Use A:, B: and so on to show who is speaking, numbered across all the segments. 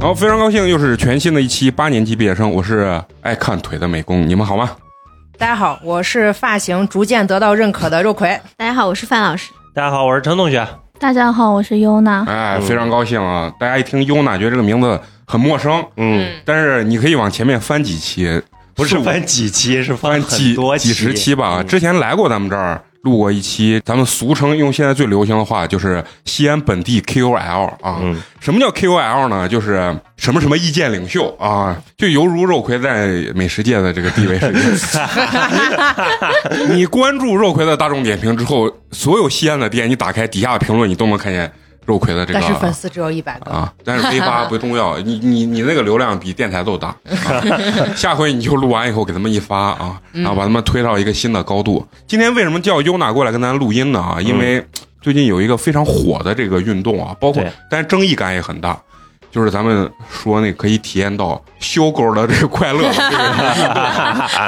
A: 好，非常高兴，又是全新的一期八年级毕业生，我是爱看腿的美工，你们好吗？
B: 大家好，我是发型逐渐得到认可的肉葵。
C: 大家好，我是范老师。
D: 大家好，我是陈同学。
E: 大家好，我是优
D: 嗯
E: 娜。
A: 哎，非常高兴啊！大家一听优娜，觉得这个名字很陌生，
D: 嗯，
A: 但是你可以往前面翻几期，
D: 不
A: 是
D: 是翻几期，是
A: 翻
D: 很
A: 几
D: 多
A: 几十
D: 期
A: 期吧。啊
D: 嗯
A: 之前来过咱们这儿录过一期，咱们俗称用现在最流行的话就是西安本地 KOL 啊。
D: 嗯
A: 什么叫 KOL 呢？就是什么什么意见领袖啊，就犹如肉葵在美食界的这个地位是一 样。你关注肉葵的大众点评之后，所有西安的店，你打开底下的评论，你都能看见肉葵的这个。
B: 但是粉丝只有一百个，
A: 啊，但是 V 八不重要，你你你那个流量比电台都大、啊 下回你就录完以后给他们一发啊，然后把他们推到一个新的高度。今天为什么叫优娜过来跟咱录音呢？啊，因为最近有一个非常火的这个运动啊，包括
D: 对
A: 但是争议感也很大。就是咱们说那可以体验到修狗的这个快乐的这个运动，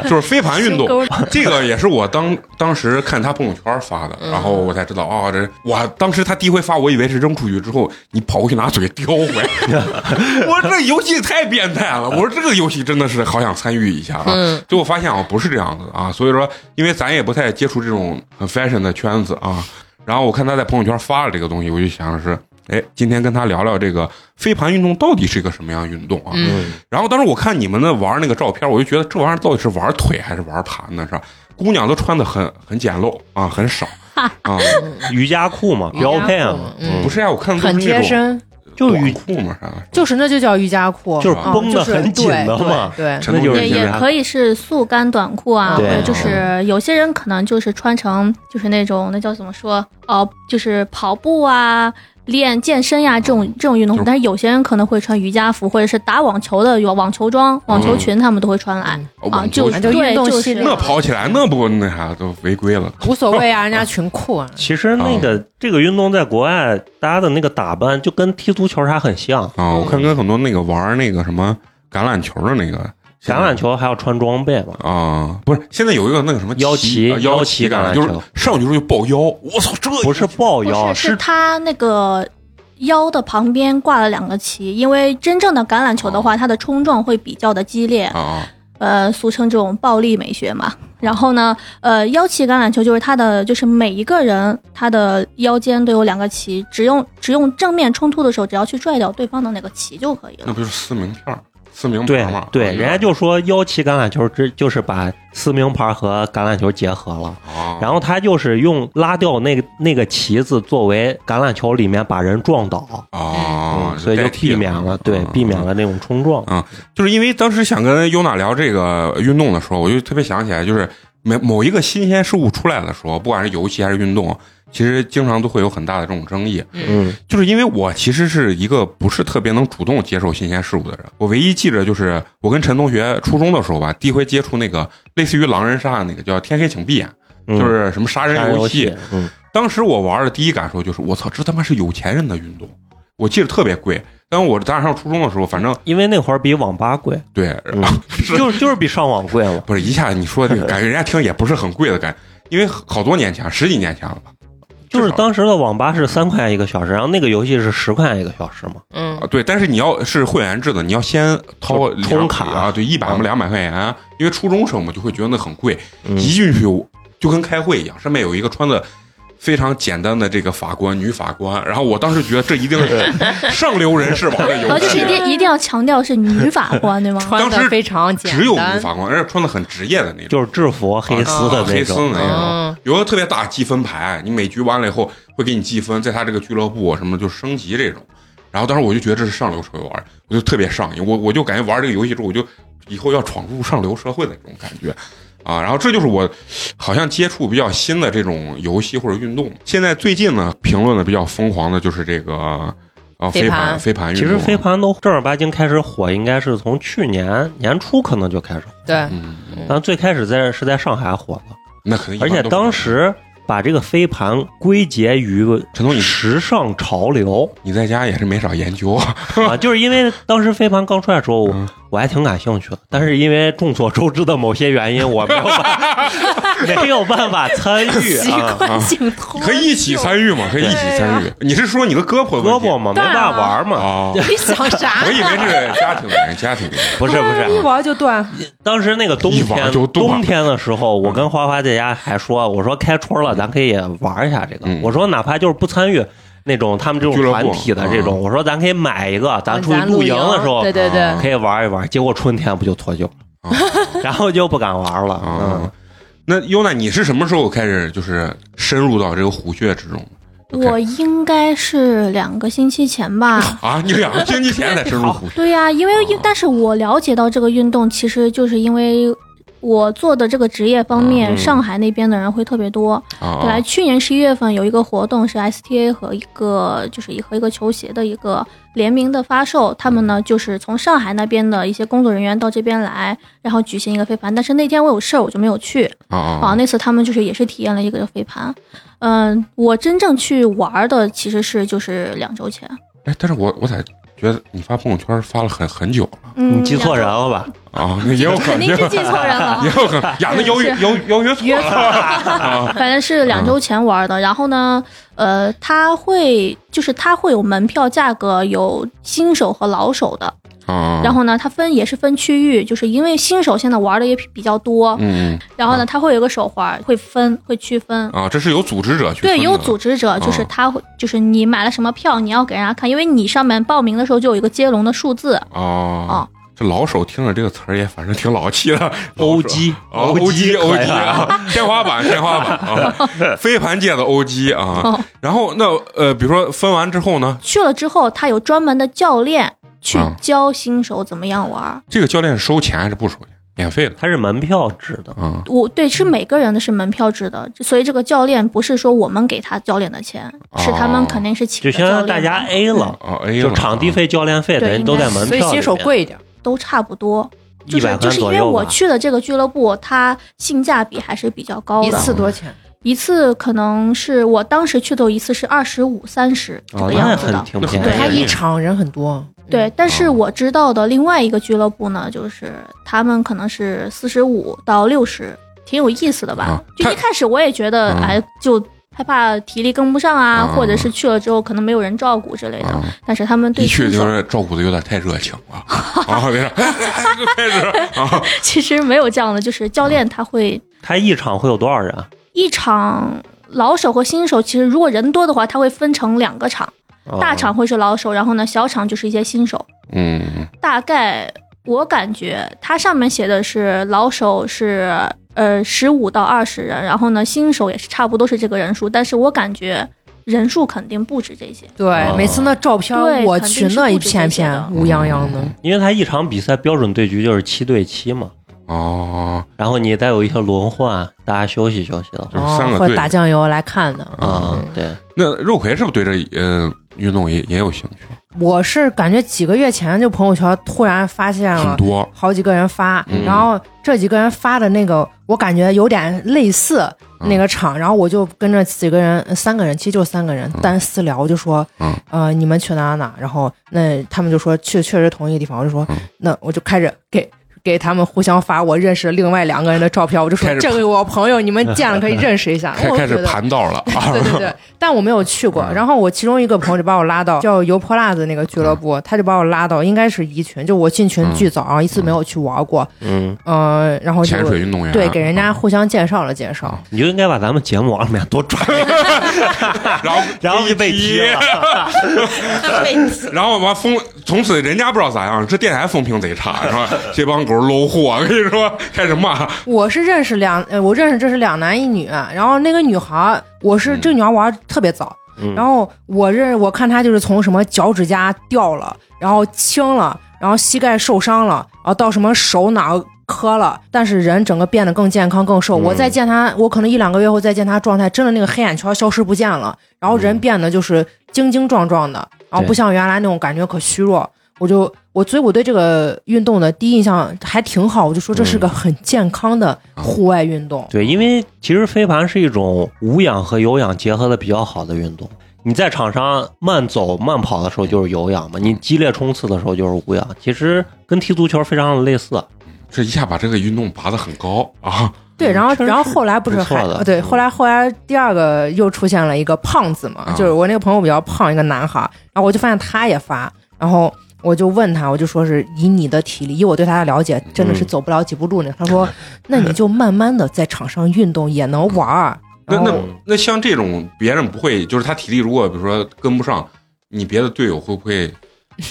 A: 就是飞盘运动，这个也是我当当时看他朋友圈发的，然后我才知道啊、这我当时他第一回发，我以为是扔出去之后你跑过去拿嘴叼回来， 我说这游戏太变态了，我说这个游戏真的是好想参与一下啊！
B: 嗯
A: 最后发现啊不是这样子啊，所以说因为咱也不太接触这种很 fashion 的圈子啊，然后我看他在朋友圈发了这个东西，我就想的是。哎，今天跟他聊聊这个飞盘运动到底是一个什么样的运动啊？
D: 嗯
A: 然后当时我看你们那玩那个照片，我就觉得这玩意儿到底是玩腿还是玩盘呢？是吧？姑娘都穿的很很简陋啊，很少啊，
D: 嗯瑜伽裤嘛，标配啊嘛，
B: 瑜伽裤
A: 不是呀、我看的都
B: 很
A: 是那
B: 贴
A: 种
B: 身，
D: 就
A: 短
D: 瑜
A: 裤嘛啥的。
B: 就是那就叫瑜伽裤，
D: 就是
B: 啊
D: 绷得很紧的嘛，
B: 对，对
A: 陈同
D: 那就是
A: 学
E: 也啊
A: 现
E: 也
A: 在
E: 可以是速干短裤啊，或
D: 对
E: 者就是有些人可能就是穿成就是那种那叫怎么说哦，就是跑步啊、练健身呀、这种这种运动
A: 就是。
E: 服但是有些人可能会穿瑜伽服，或者是打网球的有网球装、网球裙，他们都会穿来
A: 嗯
E: 啊，
A: 网球
E: 就
A: 裙
B: 就运
E: 对，啊
B: 动
E: 就
B: 系
E: 是
B: 列
A: 那跑起来那不那啥都违规了。
B: 无所谓啊，人家裙裤啊，
D: 其实那个这个运动在国外，大家的那个打扮就跟踢足球啥很像，
A: 啊，我看跟很多那个玩那个什么橄榄球的那个
D: 橄榄球还要穿装备嘛。
A: 啊，不是现在有一个那个什么
D: 腰
A: 旗
D: 旗
A: 啊
D: 腰
A: 旗
D: 旗
A: 橄榄，
D: 橄榄
A: 就是
D: 球
A: 上去之后就抱腰，我操，这
D: 不是抱腰，
E: 不是，是它那个腰的旁边挂了两个旗，因为真正的橄榄球
A: 哦
E: 的话，它的冲撞会比较的激烈，
A: 啊
E: 呃，俗称这种暴力美学嘛。然后呢，呃，腰旗橄榄球就是它的，就是每一个人他的腰间都有两个旗，只用只用正面冲突的时候，只要去拽掉对方的那个旗就可以
A: 那
E: 了。
A: 不就是撕名片儿、撕名牌
D: 对
A: 嘛？
D: 对，人家就说腰旗橄榄球，这就是把撕名牌和橄榄球结合了。
A: 啊，
D: 然后他就是用拉掉那个那个旗子作为橄榄球里面把人撞倒，
A: 啊
D: 嗯，所以就
A: 代替
D: 避免了对
A: 嗯
D: 避免了那种冲撞。
A: 就是因为当时想跟优娜聊这个运动的时候，我就特别想起来，就是每某一个新鲜事物出来的时候，不管是游戏还是运动，其实经常都会有很大的这种争议。
D: 嗯
A: 就是因为我其实是一个不是特别能主动接受新鲜事物的人，我唯一记着就是我跟陈同学初中的时候吧，第一回接触那个类似于狼人杀的那个叫“天黑请闭眼”，
D: 嗯，
A: 就是什么杀
D: 杀
A: 人
D: 人
A: 游
D: 游
A: 戏。，
D: 嗯，
A: 当时我玩的第一感受就是，我操，这他妈是有钱人的运动，我记得特别贵。但我当时上初中的时候，反正
D: 因为那会儿比网 吧贵，
A: 对，
D: 嗯就是就是比上网贵嘛。
A: 不是一下你说这个感觉，人家听也不是很贵的感觉，因为好多年前，十几年前了吧？
D: 就是当时的网吧是三块钱一个小时，然后那个游戏是十块钱一个小时嘛。
B: 嗯
A: 啊，对，但是你要是会员制的，你要先掏
D: 充
A: 两
D: 卡
A: 啊，对，一百
D: 嗯
A: 两百块钱，因为初中生嘛，就会觉得那很贵，
D: 嗯
A: 一进去就跟开会一样，上面有一个穿的。非常简单的这个法官，女法官，然后我当时觉得这一定 是上流人士玩的
E: 然后
A: 游啊
E: 就是一
A: 戏，
E: 定一定要强调是女法 官，对吗？
B: 穿
A: 当时
B: 的非常简
A: 只有女
B: 单，
A: 法官，而且穿的很职业的那种，
D: 就是制服黑丝的
A: 啊黑
D: 那
A: 丝的
D: 种，
A: 那种，
B: 嗯，
A: 有个特别大的积分牌，你每局完了以后会给你积分，在他这个俱乐部啊什么就升级这种。然后当时我就觉得这是上流社会玩，我就特别上瘾，我我就感觉玩这个游戏之后，我就以后要闯入上流社会的这种感觉啊。然后这就是我好像接触比较新的这种游戏或者运动。现在最近呢，评论的比较疯狂的就是这个啊
B: 飞
A: 飞
B: 盘
A: 飞盘运
D: 其
A: 动。
D: 实飞，盘都正儿八经开始火，应该是从去年年初可能就开始火，
B: 对，
A: 嗯，
D: 但最开始在是在上海火的。
A: 那可能一般
D: 而且
A: 都不
D: 当时把这个飞盘归结于
A: 陈总你
D: 时尚潮流
A: 你在家也是没少研究啊，
D: 啊，就是因为当时飞盘刚出来的时候
A: 嗯，
D: 我还挺感兴趣的。但是因为众所周知的某些原因，我没有办法 没有办法 参与
B: 习
D: 啊。
B: 惯性脱
A: 可以一起参与嘛？可以一起参与。你是说你的胳膊
D: 胳
A: 问题
D: 膊嘛，没
B: 对啊
D: 办法玩嘛。
A: 哦，
B: 臼。你想啥？
A: 我以为是家庭原因，家庭 原因。
D: 不是不是，
B: 一啊玩就断，
D: 当时那个冬
A: 一玩
D: 天
A: 就断
D: 冬天的时候，我跟花花在家还说，我说开春了，咱可以玩一下这个。
A: 嗯
D: 我说哪怕就是不参与那种他们这
A: 俱
D: 种
A: 乐部啊
D: 团体的这种，我说咱可以买一个，咱出去
B: 哦露
D: 营的时候
B: 对对对
A: 啊，
D: 可以玩一玩。结果春天不就脱臼了，
A: 啊
D: 然后就不敢玩了。嗯
A: 啊，，那优娜，你是什么时候开始就是深入到这个虎穴之中就开始
E: 我应该是两个星期前 吧。
A: 啊？你两个星期前才深入虎 穴，
E: 对呀、因为因
A: 哦
E: 但是我了解到这个运动，其实就是因为我做的这个职业方面，
A: 嗯
E: 上海那边的人会特别多。
A: 啊
E: 对吧，去年十一月份有一个活动是 STA 和一个就是和一个球鞋的一个联名的发售，他们
D: 嗯
E: 呢就是从上海那边的一些工作人员到这边来，然后举行一个飞盘，但是那天我有事儿我就没有去。
A: 啊
E: 啊，
D: 哦
A: 啊！
E: 那次他们就是也是体验了一个飞盘。嗯，我真正去玩儿的其实是就是两周前。
A: 哎，但是我我咋觉得你发朋友圈发了很很久了
E: 嗯，
D: 你记错人
E: 两周，
D: 了吧？
A: 啊？那也有可
E: 肯
A: 能，
E: 定
A: 也
E: 是记错人 了。
A: 有可能呀，那 邀约邀邀约错了啊！
E: 反正是两周前玩的。然后呢，呃，它会就是它会有门票价格，有新手和老手的。
A: 啊，
E: 然后呢，它分也是分区域，就是因为新手现在玩的也比较多，
A: 嗯嗯
E: 然后呢，它会有一个手环，会分会区分。
A: 啊，这是有组织者去
E: 对，
A: 分
E: 有
A: 的
E: 组织者，就是
A: 哦
E: 他会，就是你买了什么票，你要给人家看，因为你上面报名的时候就有一个接龙的数字。
A: 哦。这老手听着这个词儿也反正挺老气的，
D: 欧基
A: 哦，O G
D: 基
A: O
D: 可
A: G
D: 以啊，
A: 啊， 天花板天花板 啊，飞盘界的 O G 啊
E: 哦。
A: 然后那呃，比如说分完之后呢，
E: 去了之后，他有专门的教练去
A: 嗯
E: 教新手怎么样玩儿。
A: 这个教练是收钱还是不收钱？免费的
D: 它是门票制的。
A: 啊
E: 我对是每个人的是门票制的，所以这个教练不是说我们给他教练的钱，
A: 哦
E: 是他们肯定是请
D: 就
E: 的
D: 相
E: 教
D: 当于大
E: 练的。嗯
D: 家 A 了，
A: 啊 A
D: 就
A: 了
D: 场地
A: 啊
D: 费、教练费
E: 对
D: 等于都在门
B: 所以
D: 票里
B: 新
D: 面，
B: 手贵一点。
E: 都差不多，就
D: 一百
E: 是就
D: 块
E: 是因
D: 左
E: 为
D: 右
E: 我
D: 吧。
E: 去的这个俱乐部，它性价比还是比较高的，
B: 一次多钱？
E: 一次可能是我当时去的一次是二十五、三十这
D: 啊，
E: 个
D: 那
E: 样子
D: 很
E: 的。
D: 挺
A: 那很
D: 便宜
A: 对
D: 的。
B: 他一场人很多。
E: 对，但是
A: 哦
E: 我知道的另外一个俱乐部呢，就是他们可能是四十五到六十，挺有意思的
D: 哦
E: 吧？
A: 啊
E: 就
A: 他
E: 一开始我也觉得，
A: 啊
E: 哎，就害怕体力跟不上啊，
D: 哦
A: 啊
E: 或者是去了之后可能没有人照顾之类的。
A: 啊，
E: 但是他们对
A: 一去
E: 新
A: 就
E: 手
A: 是照顾的有点太热情了啊，没事，就 开始啊，
E: 其实没有这样的，就是教练他会
D: 他一场会有多少人？啊
E: 一场老手和新手，其实如果人多的话，他会分成两个场，
A: 哦
D: 啊
E: 大场会是老手，然后呢小场就是一些新手。
A: 嗯
E: 大概我感觉它上面写的是老手是呃十五到二十人，然后呢新手也是差不多是这个人数，但是我感觉人数肯定不止这些。
A: 啊
B: 对，每次那照片
E: 对，
B: 我去那一片片乌泱泱的，
D: 因为他一场比赛标准对局就是七对七嘛，
A: 哦，
D: 然后你再有一些轮换，大家休息休息的
A: 就是三
B: 哦
A: 个
B: 或
A: 队
B: 者打酱油来看的。
A: 嗯
D: 啊、
E: 嗯
D: 对，
A: 那肉葵是不是对这呃运动也也有兴趣？
B: 我是感觉几个月前就朋友圈突然发现
A: 很
B: 了
A: 多
B: 好几个人发，
A: 嗯
B: 然后这几个人发的那个，我感觉有点类似
A: 嗯
B: 那个场，然后我就跟着几个人，呃三个人，其实就三个人单私聊，我就说，
A: 嗯
B: 呃，你们去哪哪哪，然后那他们就说去确实同一个地方，我就说，
A: 嗯
B: 那我就开始给。给他们互相发我认识另外两个人的照片，我就说
A: 开始
B: 这个我朋友，你们见了可以认识一 下。
A: 开
B: 我
A: 开始
B: 觉得
A: 盘道了啊，
B: 对对对，但我没有去过。然后我其中一个朋友就把我拉到叫油泼辣子那个俱乐部，他就把我拉到应该是一群，就我进群巨早，啊然后一次没有去玩过，
D: 嗯，
B: 嗯，然后就
A: 潜水运动员啊
B: 对给人家互相介绍了介绍。
D: 你就应该把咱们节目往里面多转，
A: 然后
D: 然后就被踢了。
A: 然后完风，从此人家不知道咋样，这电台风评贼差，是吧？这帮狗 low 货，我跟你说，开始骂
B: 我是认识两，呃我认识这是两男一女，然后那个女孩儿，我是
A: 嗯
B: 这个女孩玩儿特别早，
D: 嗯
B: 然后我认我看她就是从什么脚趾甲掉了，然后青了，然后膝盖受伤了，然后到什么手哪儿磕了，但是人整个变得更健康更瘦。
D: 嗯
B: 我再见她，我可能一两个月后再见她，状态真的那个黑眼圈消失不见了，然后人变得就是精精壮壮的，然后不
D: 嗯对
B: 像原来那种感觉可虚弱。我就我，所以我对这个运动的第一印象还挺好，我就说这是个
D: 嗯
B: 很健康的
D: 啊
B: 户外运动。
D: 对，因为其实飞盘是一种无氧和有氧结合的比较好的运动。你在场上慢走慢跑的时候就是有氧嘛，你激烈冲刺的时候就是无氧，其实跟踢足球非常类似。
A: 这一下把这个运动拔得很高啊！
B: 对，然后
D: 真是
B: 然后后来不是
D: 不错
B: 还
D: 的
B: 呃对，
D: 嗯
B: 后来后来第二个又出现了一个胖子嘛，
A: 啊
B: 就是我那个朋友比较胖，一个男孩儿，然后我就发现他也发，然后我就问他，我就说是以你的体力，以我对他的了解，真的是
D: 嗯
B: 走不了几步路呢。他说，那你就慢慢的在场上运动也能玩儿。
A: 那
B: 然
A: 那
B: 后
A: 那像这种别人不会，就是他体力如果比如说跟不上，你别的队友会不会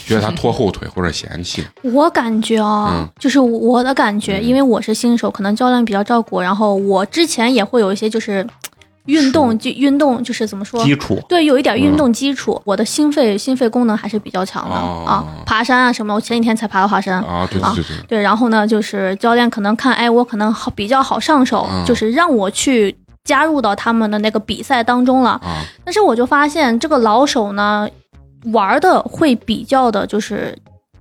A: 觉得他拖后腿或者嫌弃？
E: 我感觉啊、
A: 嗯
E: 就是我的感觉，
A: 嗯
E: 因为我是新手，可能教练比较照顾，然后我之前也会有一些就是运动，就运动就是怎么说，
D: 基础
E: 对，有一点
A: 嗯
E: 运动基础，我的心肺心肺功能还是比较强的、
A: 哦
E: 啊，爬山啊什么，我前几天才爬到华山。
A: 啊，对对对对，
E: 对，然后呢，就是教练可能看，哎，我可能好比较好上手，
A: 嗯
E: 就是让我去加入到他们的那个比赛当中了。
A: 啊，
E: 但是我就发现这个老手呢，玩的会比较的就是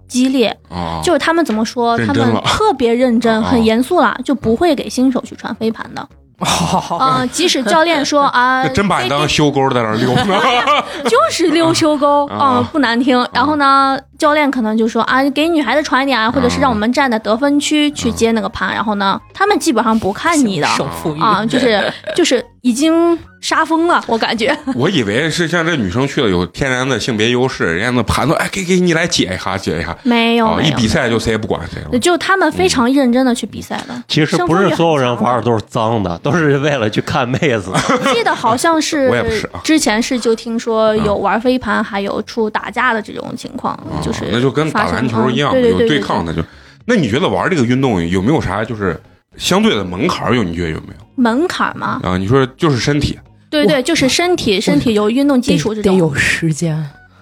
E: 激烈，
A: 啊，
E: 就是他们怎么说，
A: 认
E: 他
A: 真
E: 们
A: 了
E: 特别认真，
A: 啊
E: 很严肃啦，就不会给新手去传飞盘的。
B: 哦，
E: 啊，即使教 练说啊，
A: 那真把你
E: 飞
A: 当修沟在那儿溜呢。
E: 就是溜修沟，
A: 啊
E: 嗯，不难听。然后呢，教练可能就说啊，给女孩子传一点啊，或者是让我们站在得分区
A: 啊
E: 去接那个盘。然后呢，他们基本上不看你的
C: 胜负欲
E: 啊， 就是就是已经杀疯了，我感觉。
A: 我以为是像这女生去了有天然的性别优势，人家那盘子，哎，给给你来解一下，解一下。
E: 没有
A: 啊，
E: 没
A: 一比
E: 有，
A: 赛就谁也不管谁了。
E: 就他们非常认真的去比赛
A: 嗯
E: 的。
D: 其实
E: 胜负
D: 不
E: 欲
D: 是
E: 很
D: 所有人
E: 强
D: 玩的都是脏的，都是为了去看妹子。
E: 记得好像
A: 我也不是
E: 是
A: 啊嗯
E: 之前是就听说有玩飞盘，还有出打架的这种情况，
A: 啊
E: 就是
A: 那就跟打
E: 发生
A: 篮球一样，
E: 嗯对对
A: 有
E: 对
A: 对抗，那就。那你觉得玩这个运动有没有啥就是相对的门槛儿有？你觉得有没有
E: 门槛嘛，
A: 啊？你说就是身体
E: 对对，就是身体身体有运动基础
B: 得
E: 这
B: 得
E: 种。
B: 有时间。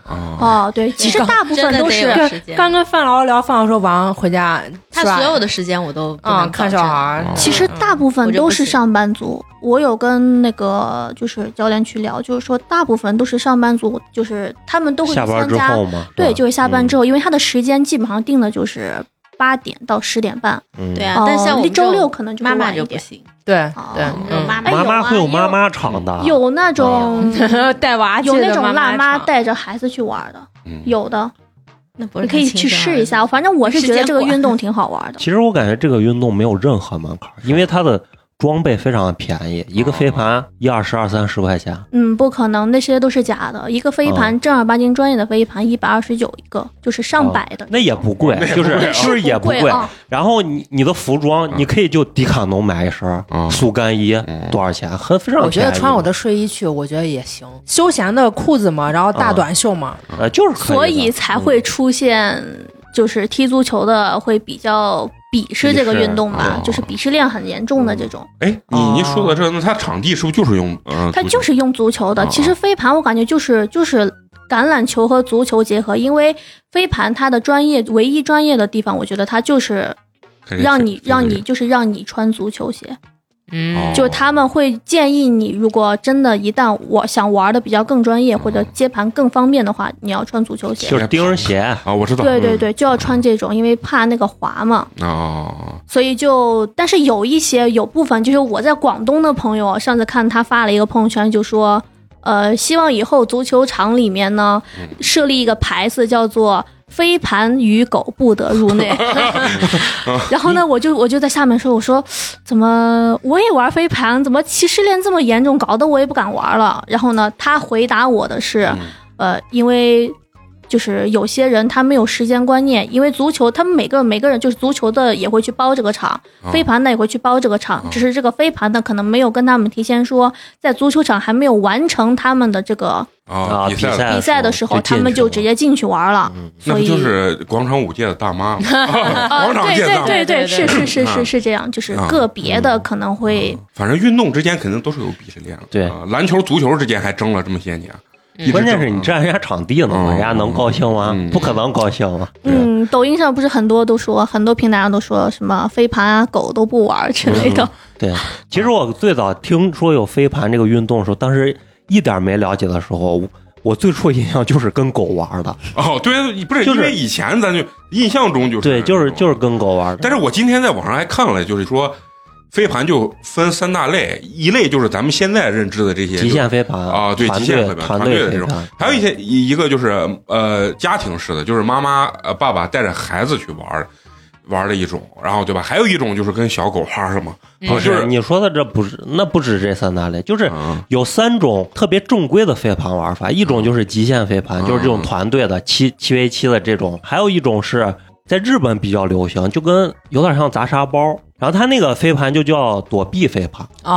A: 啊，
E: 哦，对，其实
B: 这个
E: 大部
C: 真
E: 分
C: 的
E: 都
C: 得有
E: 是
C: 时间
B: 刚跟范老聊，范老说完回家
C: 他
B: 是吧
C: 所有的时间我都不
B: 啊、
C: 能
B: 看
C: 保
B: 小孩
C: 证
B: 儿
D: 哦
A: 嗯，
E: 其实大部
C: 我
E: 分
C: 就不
E: 都是
C: 行
E: 上班族。我有跟那个就是教练去聊，就是说大部分都是上班族，就是他们都会去
D: 下班
E: 参
D: 之
E: 加
D: 后嗯嘛，
E: 对，就是下班之
D: 后，
E: 后，因为他的时间基本上定的就是八点到十点半。
D: 嗯
C: 对啊，但
E: 哦
C: 像我们这
E: 周
C: 种
E: 六可能就会
C: 妈妈
E: 晚一
C: 就不
E: 点
C: 行，
B: 对
E: 哦
B: 对，嗯
C: 妈妈
D: 妈妈
C: 有啊
D: 会有妈
C: 有
D: 妈场的，
E: 有那 种
B: 带娃
E: 有那种辣妈
B: 妈
E: 带着孩子去玩的，
A: 嗯，
E: 有的，
C: 那不是
E: 你可以
C: 太
E: 去
C: 轻松
E: 试
C: 了
E: 一下。反正我是觉得这个运动挺好玩的。
D: 其实我感觉这个运动没有任何门槛，因为它的装备非常的便宜，
E: 哦
D: 一个飞盘一二十二三十块钱，
E: 嗯，不可能，那些都是假的。一个飞盘，正儿八经专业的飞盘，一百二十九一个，就是上百的。
D: 那也不贵，就是就是也不
E: 贵
D: 贵。
E: 啊，
D: 然后你你的服装，你可以就迪卡侬买一身
A: 嗯
D: 速干衣
A: 嗯，
D: 多少钱？很非常便宜。
B: 我觉得穿我的睡衣去，我觉得也行。休闲的裤子嘛，然后大短袖嘛，
A: 嗯
D: 呃就是可
E: 所
D: 以
E: 以
D: 的嗯
E: 才会出现，就是踢足球的会比较鄙视这个运动吧
A: 鄙视，
E: 就是鄙视链很严重的这种。
A: 哎，你
B: 哦
A: 你说的这，那他场地是不是就是用嗯？
E: 它
A: 足
E: 就
A: 球
E: 是用足球的
A: 啊。
E: 其实飞盘我感觉就是就是橄榄球和足球结合，因为飞盘它的专业唯一专业的地方，我觉得它就是
A: 看谁
E: 让你
A: 谁
E: 让
A: 谁
E: 你就是让你穿足球鞋，
A: 哦
B: 嗯
E: 就是他们会建议你，如果真的一旦我想玩的比较更专业或者接盘更方便的话，你要穿足球
D: 就
E: 鞋。
D: 是钉鞋，
A: 啊，我知道，
E: 对对
A: 嗯
E: 对，就要穿这种，因为怕那个滑嘛，
A: 啊啊，
E: 所以就，但是有一些有部分，就是我在广东的朋友，上次看他发了一个朋友圈，就说，呃，希望以后足球场里面呢，设立一个牌子，叫做“飞盘与狗不得入内” 。 然后呢，我就我就在下面说，我说怎么我也玩飞盘，怎么歧视链这么严重，搞得我也不敢玩了。然后呢，他回答我的是，
A: 嗯
E: 呃，因为就是有些人他没有时间观念，因为足球他们每个每个人就是足球的也会去包这个场，
A: 啊
E: 飞盘的也会去包这个场，只是这个飞盘的可能没有跟他们提前说，在足球场还没有完成他们的这个
A: 啊，
D: 啊比赛
A: 了
E: 比赛的时候，
D: 就进去
E: 他们就
D: 了
E: 直接进去玩了，
A: 那
E: 所
A: 不
E: 以
A: 就是广场舞界的大妈吗？
E: 啊
A: 广场
E: 对
A: 界的大
E: 对
A: 妈。
E: 对
C: 对对
E: 是是是
A: 啊
E: 是是这样，就是
A: 啊
E: 个别的可能会
A: 反正运动之间肯定都是有鄙视链的，
D: 对
A: 啊篮球、足球之间还争了这么些年，啊一直
D: 关键是
A: 争
D: 你占人家场地了嘛，
A: 嗯
D: 人家能高兴吗
A: 嗯？
D: 不可能高兴啊。
E: 嗯，抖音上不是很多都说，很多平台上都说什么飞盘啊、狗都不玩之类的。
D: 对，其实我最早听说有飞盘这个运动的时候，当时一点没了解的时候，我我最初印象就是跟狗玩的，
A: 哦，对，不是，
D: 就是
A: 因为以前咱就印象中就是。
D: 对，就是就是是跟狗玩的。
A: 但是我今天在网上还看了，就是说飞盘就分三大类，一类就是咱们现在认知的这些
D: 极限飞盘
A: 啊对
D: 团
A: 极限
D: 队
A: 飞盘
D: 团
A: 团队的
D: 飞
A: 这种
D: 盘，
A: 还有一些一一个就是呃家庭式的，就是妈妈呃爸爸带着孩子去玩儿玩的一种，然后对吧？还有一种就是跟小狗花什么，啊
C: 嗯
D: 不
A: 就是
D: 你说的这不是，那不止这三大类，就是
A: 嗯
D: 有三种特别正规的飞盘玩
A: 啊
D: 法，一种就是极限飞盘，
A: 嗯
D: 就是这种团队的七七 v 七的这种，还有一种是在日本比较流行，就跟有点像砸沙包，然后它那个飞盘就叫躲避飞盘
C: 哦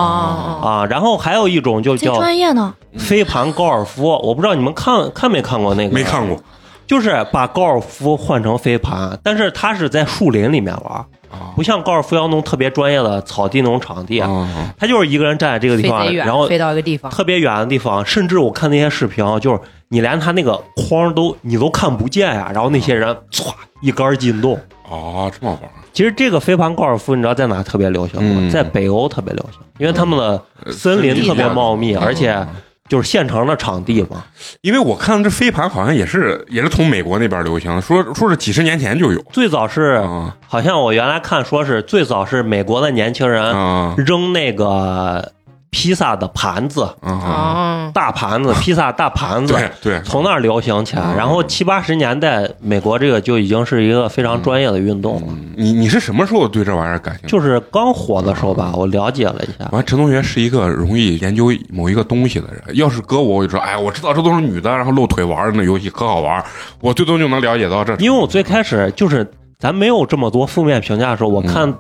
C: 哦，
D: 啊，然后还有一种就
E: 贼
D: 叫
E: 专业呢，
D: 飞盘高尔夫，我不知道你们看看没看过那个，
A: 没看过
D: 就是把高尔夫换成飞盘，但是它是在树林里面玩，
A: 啊
D: 不像高尔夫要弄特别专业的草地那种场地，
A: 啊
D: 他就是一个人站在这个
B: 飞
D: 地方
B: 贼，远，
D: 然后
B: 飞到一个地方，
D: 特别远的地方，甚至我看那些视频啊，就是你连他那个框都你都看不见呀、然后那些人歘一杆进洞。
A: 哦，这么玩儿，
D: 其实这个飞盘高尔夫，你知道在哪特别流行吗？
A: 嗯
D: 在北欧特别流行，因为他们的
A: 呃
D: 森林特别茂密，
A: 森林
D: 而且就是现成的场地嘛。
A: 因为我看这飞盘好像也是也是从美国那边流行，说说是几十年前就有
D: 最早是
A: 啊
D: 好像我原来看说是最早是美国的年轻人
A: 啊
D: 扔那个披萨的盘子，
E: 哦
A: 啊啊！
B: 啊，
D: 大盘子，披萨大盘子，
A: 对对，
D: 从那儿流行起来，
A: 嗯
D: 然后七八十年代，美国这个就已经是一个非常专业的运动了。
A: 嗯你你是什么时候对这玩意儿感兴趣？
D: 就是啊刚火的时候吧，我了解了一下，
A: 完，陈同学是一个容易研究某一个东西的人。要是搁我，我就说，哎，我知道这都是女的，然后露腿玩儿的那游戏可好玩儿，我最多就能了解到这。
D: 因为我最开始就是咱没有这么多负面评价的时候，
A: 嗯
D: 我看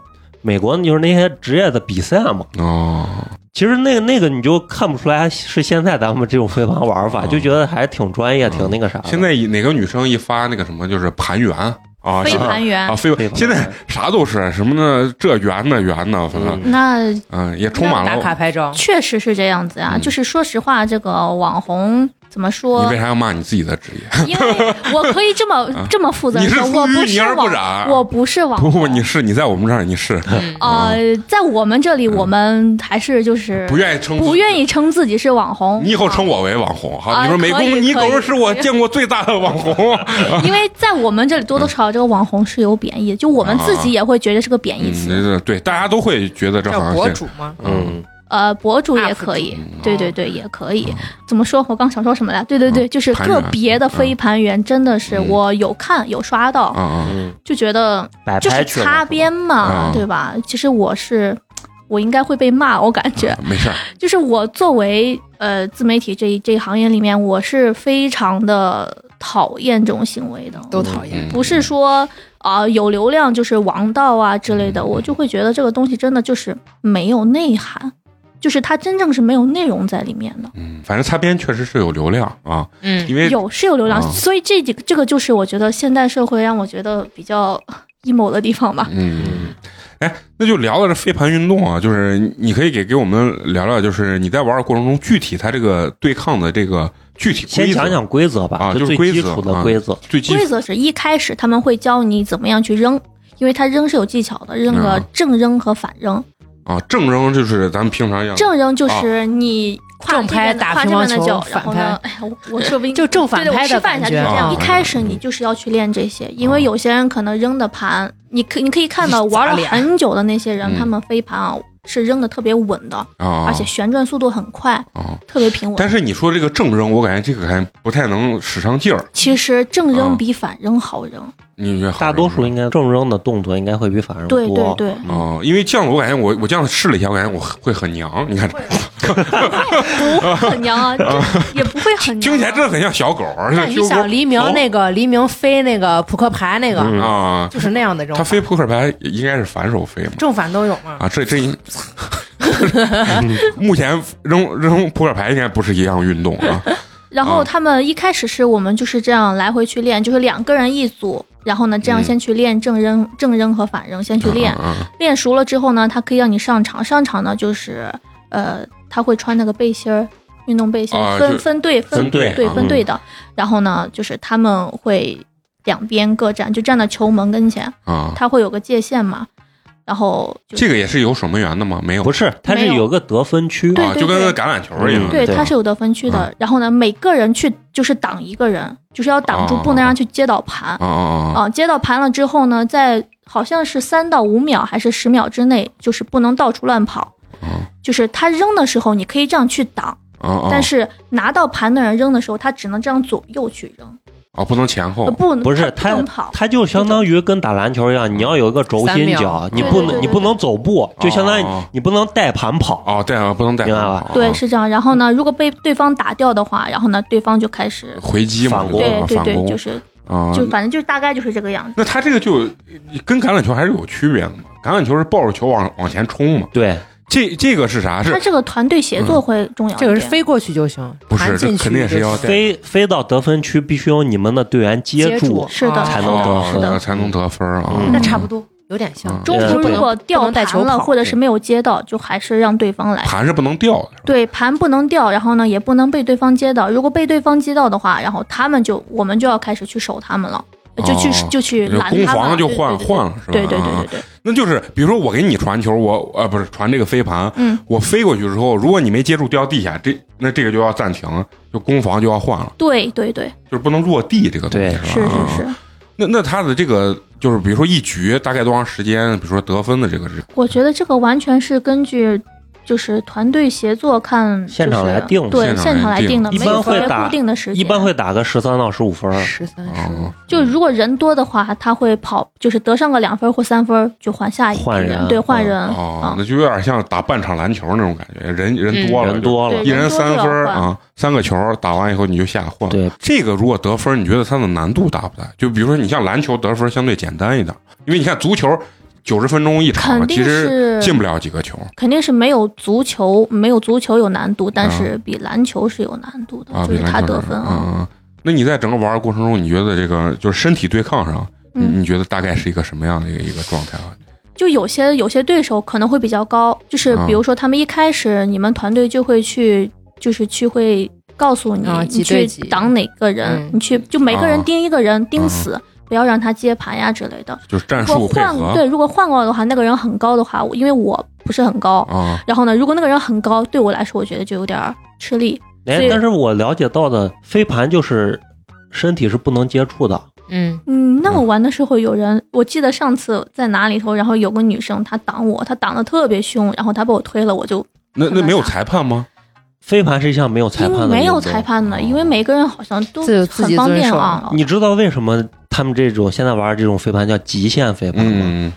D: 美国就是那些职业的比赛嘛，
A: 哦，
D: 其实那个那个你就看不出来是现在咱们这种飞盘玩法，
A: 嗯
D: 就觉得还挺专业，
A: 嗯
D: 挺那个啥的。
A: 现在一哪个女生一发那个什么，就是盘圆啊，
E: 飞
A: 现在
E: 盘员
A: 啊，飞
D: 飞盘
A: 现在啥都是什么呢？这圆的圆的，反正
D: 嗯
E: 那
A: 嗯，也充满
B: 打卡
A: 了。
B: 拍照，
E: 确实是这样子啊。
A: 嗯
E: 就是说实话，这个网红怎么
A: 你
E: 说
A: 为？啥要骂你自己的职业？
E: 因为我可以这 么这么负责
A: 你
E: 任
A: 是
E: 说，
A: 出
E: 我
A: 淤
E: 不
A: 泥
E: 是
A: 而不
E: 网，
A: 染。
E: 我不是 网
A: 不
E: 红，
A: 不，你啊是你在我们这儿你是
C: 嗯
E: 呃，在我们这里，我们还是就是
A: 嗯不愿意称
E: 不愿
A: 意。
E: 意称自己是网红，
A: 你以后称
E: 我，
A: 我为网红哈，
E: 啊
A: 你说美
E: 可以
A: 工你
E: 可以
A: 狗是我见过最大的网红。
E: 因为在我们这里多多少少这个网红是有贬义的，就我们自己也会觉得是个 贬义
A: 嗯，
E: 词。
A: 这对，大家都会觉得这好
B: 叫
A: 像
B: 博
A: 是
B: 主吗？
D: 嗯，
E: 呃，博主也
B: UP
E: 可以
A: 主嗯，
E: 对对对，也可以。
A: 啊
E: 怎么说？我刚想说什么来？对对对，
A: 嗯
E: 就是
A: 盘
E: 个
A: 源
E: 别的飞盘员真的是
A: 嗯
E: 我有看有刷到，
A: 啊啊，
D: 嗯，
E: 就觉得
D: 摆
E: 就
D: 拍
E: 是
D: 去了
E: 擦边嘛
A: 嗯，
E: 对吧？其实我是，我应该会被骂，我感觉。
A: 没事儿，
E: 就是我作为呃自媒体这一这一行业里面，我是非常的讨厌这种行为的。
B: 都讨厌
A: 嗯，
E: 不是说啊、有流量就是王道啊之类的，我就会觉得这个东西真的就是没有内涵，就是它真正是没有内容在里面的。
A: 嗯，反正擦边确实是有流量啊，
C: 嗯
A: 因为
E: 有是有流量，
A: 啊
E: 所以这几个这个就是我觉得现代社会让我觉得比较 emo 的地方吧。
A: 嗯，哎，那就聊到这飞盘运动啊，就是你可以给给我们聊聊，就是你在玩的过程中具体它这个对抗的这个具体规
D: 先
A: 则，
D: 讲讲规则吧，
A: 啊就是
D: 最
A: 规
D: 基
A: 则
D: 础的
A: 啊
D: 规则。
A: 最基
E: 规
A: 础
E: 则是一开始他们会教你怎么样去扔，因为它扔是有技巧的，扔个
A: 嗯
E: 正扔和反扔。
A: 啊，正扔就是咱们平常一样，
E: 正扔
A: 哦
E: 就是你跨
B: 正拍
E: 这边的
B: 打
E: 跨
B: 乒
E: 这
B: 乓
E: 边的
B: 球
E: 脚，然
B: 反
E: 后呢，哎呀，我我说不定
B: 就正反
E: 对对，我
B: 拍
E: 示
B: 的
E: 范一
B: 感
E: 下就是
B: 觉
E: 这。样。
A: 啊
E: 一
D: 嗯
E: 开始你就是要去练这些，因
A: 嗯
E: 为有些人可能扔的盘，你可你可以看到
B: 就是砸
E: 玩了
B: 脸
E: 很久的那些人
A: 嗯，
E: 他们飞盘啊是扔的特别稳的，
A: 啊，
E: 而且旋转速度很快，
A: 啊。
E: 特别平稳。
A: 但是你说这个正扔，我感觉这个还不太能使上劲儿。
E: 其实正
A: 啊
E: 扔比反扔好扔，
A: 你觉得好
D: 大多
A: 扔吗
D: 数应该正扔的动作应该会比反扔多。
E: 对对对，
A: 哦，因为这样子我感觉我我这样试了一下，我感觉我会很娘。你看，
E: 啊不会很娘啊，这也不会很娘
A: 听起
E: 啊。
A: 来真的很像小狗，
B: 那
A: 像
B: 你
A: 修狗
B: 想黎明那个黎明飞那个扑克牌那个，
D: 哦嗯
A: 啊，
B: 就是那样的这
A: 他
B: 种，
A: 飞扑克牌应该是反手飞嘛。
B: 正反都有嘛。
A: 啊，这这应，目前扔 扔扑克牌应该不是一样运动 啊。
E: 然
A: 啊
E: 后他们一开始是我们就是这样来回去练，就是两个人一组，然后呢这样
A: 嗯
E: 先去练正扔、正扔和反扔，先去练，
A: 啊啊
E: 练熟了之后呢，他可以让你上场，上场呢就是呃他会穿那个背心儿。运动背心儿
A: 啊就
E: 分分队
A: 分
E: 分
A: 队
E: 对
A: 啊
E: 分队的，然后呢，就是他们会两边各站，就站到球门跟前，
A: 啊啊！
E: 他会有个界限嘛，然后就
A: 这个也是有守门员的吗？没有，
D: 不是，它是
E: 没有
D: 有个得分区。
E: 对
A: 啊，就跟橄榄球一样。
E: 对，
D: 对
E: 它是有得分区
A: 啊
E: 的。然后呢，每个人去就是挡一个人，就是要挡住
A: 哦，
E: 哦不能让去接到盘。
A: 啊啊啊！
E: 啊，接到盘了之后呢，在好像是三到五秒还是十秒之内，就是不能到处乱跑。
A: 啊
E: 就是他扔的时候，你可以这样去挡，
A: 啊啊！
E: 但是拿到盘的人扔的时候，他只能这样左右去扔，
A: 啊，不能前
E: 呃
A: 后
E: 不能
D: 不是
E: 他
D: 他
E: 不能跑。
D: 它就相当于跟打篮球一样，你要有一个轴心脚，
B: 三秒
D: 你不
E: 对对对
D: 能
E: 对
D: 你不能走步，就相当于
A: 哦
D: 你不能带盘跑。
A: 哦，对啊，不能带
D: 明白
A: 跑
D: 吧
E: 对，是这样。然后呢，如果被对方打掉的话，然后呢，对方就开始
A: 回击嘛，
D: 反攻
E: 对
A: 吧
E: 对
A: 反
E: 对，
A: 攻
E: 就是
A: 啊。
E: 就反正就是大概就是这个样子。
A: 那他这个就跟橄榄球还是有区别的嘛？橄榄球是抱着球往往前冲嘛，
D: 对，
A: 这这个是啥？
E: 他
A: 是
E: 这个团队协作会重要一
B: 这
E: 点。
B: 个是飞过去就行，
A: 不是
B: 弹进去
A: 这肯定是要
B: 就行
A: 对
D: 飞飞到得分区必须有你们的队员接
B: 接
D: 住
B: 住，
E: 是的
B: 啊
D: 才能
A: 哦
D: 得分
A: 才能得分啊
D: 嗯。
B: 那差不多，有点像
A: 嗯。
E: 中途如果掉
B: 不能带
E: 盘
B: 球
E: 了，
B: 跑
E: 或者是没有接到，就还是让对方来。
A: 嗯盘是不能掉的，
E: 对，盘不能掉，然后呢，也不能被对方接到。如果被对方接到的话，然后他们就我们就要开始去守他们了，就去、
A: 哦
E: 就去
A: 就
E: 拦
A: 攻
E: 他们了。
A: 防就换
E: 对对对
A: 换了是吧？
E: 对对对
A: 啊
E: 对对，
A: 那就是比如说我给你传球，我呃不是传这个飞盘，
E: 嗯，
A: 我飞过去之后，如果你没接住掉地下，这那这个就要暂停，就攻防就要换了，
E: 对对对，
A: 就是不能落地这个东西
D: 对
A: 吧？
E: 是是是
A: 啊。那那他的这个就是比如说一局大概多长时间？比如说得分的这个是
E: 我觉得这个完全是根据。就是团队协作看，就是
D: 现场来定
A: 现
E: 对，
A: 场来
E: 现场来
A: 定
E: 定的，
D: 一
E: 没有
D: 般
E: 特
D: 会
E: 别
D: 打
E: 固定的时间，
D: 一般会打个十三到十五分儿。
B: 十三
A: 哦
B: 十，
E: 就如果人多的话，他会跑，就是得上个两分或三分就换下一批
D: 换人
E: 对，换
D: 嗯
E: 人
A: 哦
E: 啊，，
A: 那就有点像打半场篮球那种感觉，人人多了，
D: 人多了
E: 对，
A: 一人三分
E: 人多
A: 儿
E: 就要换
A: 啊，三个球打完以后你就下换。
D: 对，
A: 这个如果得分，你觉得它的难度大不大？就比如说你像篮球得分相对简单一点，因为你看足球九十分钟一场，
E: 肯定
A: 其实
E: 是
A: 进不了几个球
E: 肯定是没有足球没有足球有难度，但是比篮球是有难度的，
A: 啊，
E: 就
A: 比
E: 是他
A: 篮球
E: 得
A: 难
E: 分
A: 啊。嗯嗯那你在整个玩的过程中，你觉得这个就是身体对抗上，你
E: 嗯
A: 你觉得大概是一个什么样的一个一个状态啊？
E: 就有些有些对手可能会比较高，就是
A: 啊
E: 比如说他们一开始你们团队就会去，就是去会告诉你，
B: 啊
E: 你
B: 几对
E: 去
B: 几
E: 挡哪个人，
B: 嗯
E: 你去就每个
A: 啊
E: 人盯一个人、盯死，不要让他接盘呀之类的。
A: 就是战
E: 如果
A: 术配
E: 换
A: 合
E: 对，如果换过来的话，那个人很高的话，我因为我不是很高，
A: 啊，
E: 然后呢，如果那个人很高，对我来说我觉得就有点儿吃力。
D: 哎
E: 所，以
D: 但是我了解到的飞盘就是身体是不能接触的，
B: 嗯，
E: 嗯，那
A: 嗯
E: 我玩的时候有人，我记得上次在哪里头，然后有个女生她挡我，她挡的特别凶，然后她把我推了，我就
A: 那那
E: 那
A: 没有
E: 啥
A: 裁判吗？
D: 飞盘是一项没有裁判的，
E: 嗯没有裁。判
D: 嗯哦
E: 的，因为每个人好像都
B: 自自
E: 很
B: 己
E: 方
B: 遵
E: 便
B: 守
E: 啊。
D: 你知道为什么他们这种现在玩的这种飞盘叫极限飞盘吗？
A: 嗯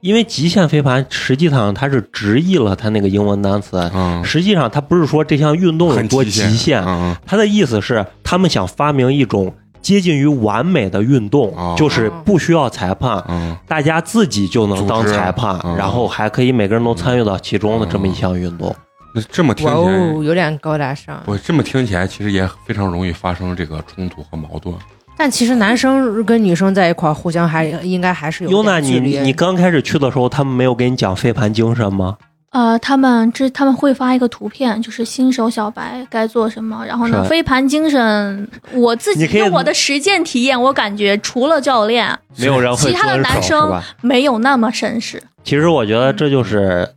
D: 因为极限飞盘实际上它是直译了它那个英文单词，
A: 啊，
D: 实际上它不是说这项运动有
A: 很
D: 多
A: 极
D: 极
A: 限
D: 限，
A: 啊
D: 它的意思是他们想发明一种接近于完美的运动，
A: 哦
D: 就是不需要裁判，
A: 啊
D: 大家自己就能当裁判
A: 组织嗯，
D: 然后还可以每个人都参与到其中的这么一项运动。
E: 嗯
A: 那这么听
B: 哇
A: 起来
B: 哦，有点高大上。
A: 我这么听起来，其实也非常容易发生这个冲突和矛盾。
B: 但其实男生跟女生在一块儿互相还应该还是有
D: 优娜，
B: 点距
D: 你
B: 离。
D: 你刚开始去的时候，他们没有给你讲飞盘精神吗？
E: 呃，他们这他们会发一个图片，就是新手小白该做什么，然后
D: 是
E: 呢
D: 吧，
E: 飞盘精神，我自
D: 你
E: 己
D: 可以
E: 用我的实践体验，我感觉除了教练，
D: 没有 人会
E: 其他的
D: 遵守
E: 男
D: 是
E: 生
D: 吧？
E: 没有那么绅士。
D: 其实我觉得这就是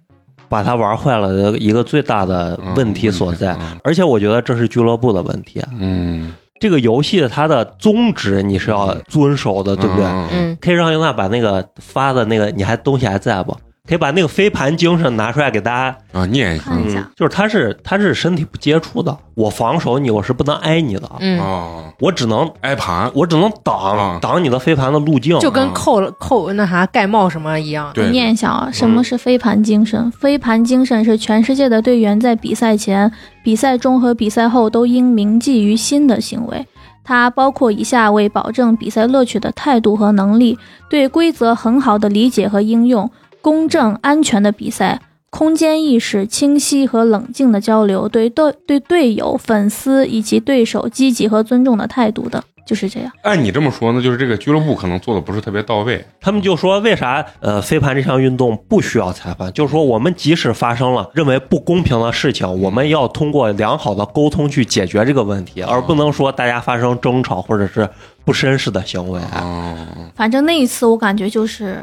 D: 把他玩坏了的一个最大的
A: 嗯
D: 问题所在。
A: 嗯
D: 而且我觉得这是俱乐部的问题。啊
A: 嗯，
D: 这个游戏它的宗旨你是要遵守的，对不对？
A: 嗯，
B: 嗯，
D: 可以让优娜把那个发的那个，你还东西还在不？可以把那个飞盘精神拿出来给大家，
A: 啊，念一下
E: 看一下
D: 嗯，就是它是它是身体不接触的，我防守你，我是不能挨你的，
B: 嗯，
A: 哦，
D: 我只能
A: 挨盘，
D: 我只能
A: 啊
D: 挡挡你的飞盘的路径。
B: 就跟扣了扣那啥盖帽什么一样。
A: 对嗯
E: 我念一下啊，什么是飞盘精神？飞盘精神是全世界的队员在比赛前、比赛中和比赛后都应铭记于心的行为。它包括以下为保证比赛乐趣的态度和能力：对规则很好的理解和应用，公正安全的比赛，空间意识清晰和冷静的交流，对队对队友、粉丝以及对手积极和尊重的态度的，就是这样。
A: 按你这么说呢，就是这个俱乐部可能做的不是特别到位。
D: 他们就说为啥呃飞盘这项运动不需要裁判？就是说我们即使发生了认为不公平的事
A: 嗯
D: 情，我们要通过良好的沟通去解决这个问
A: 啊
D: 题，而不能说大家发生争吵或者是不绅士的行为。啊
A: 哦，
E: 反正那一次我感觉就是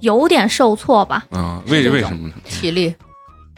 E: 有点受挫吧。
A: 啊，为为什么呢？
B: 体力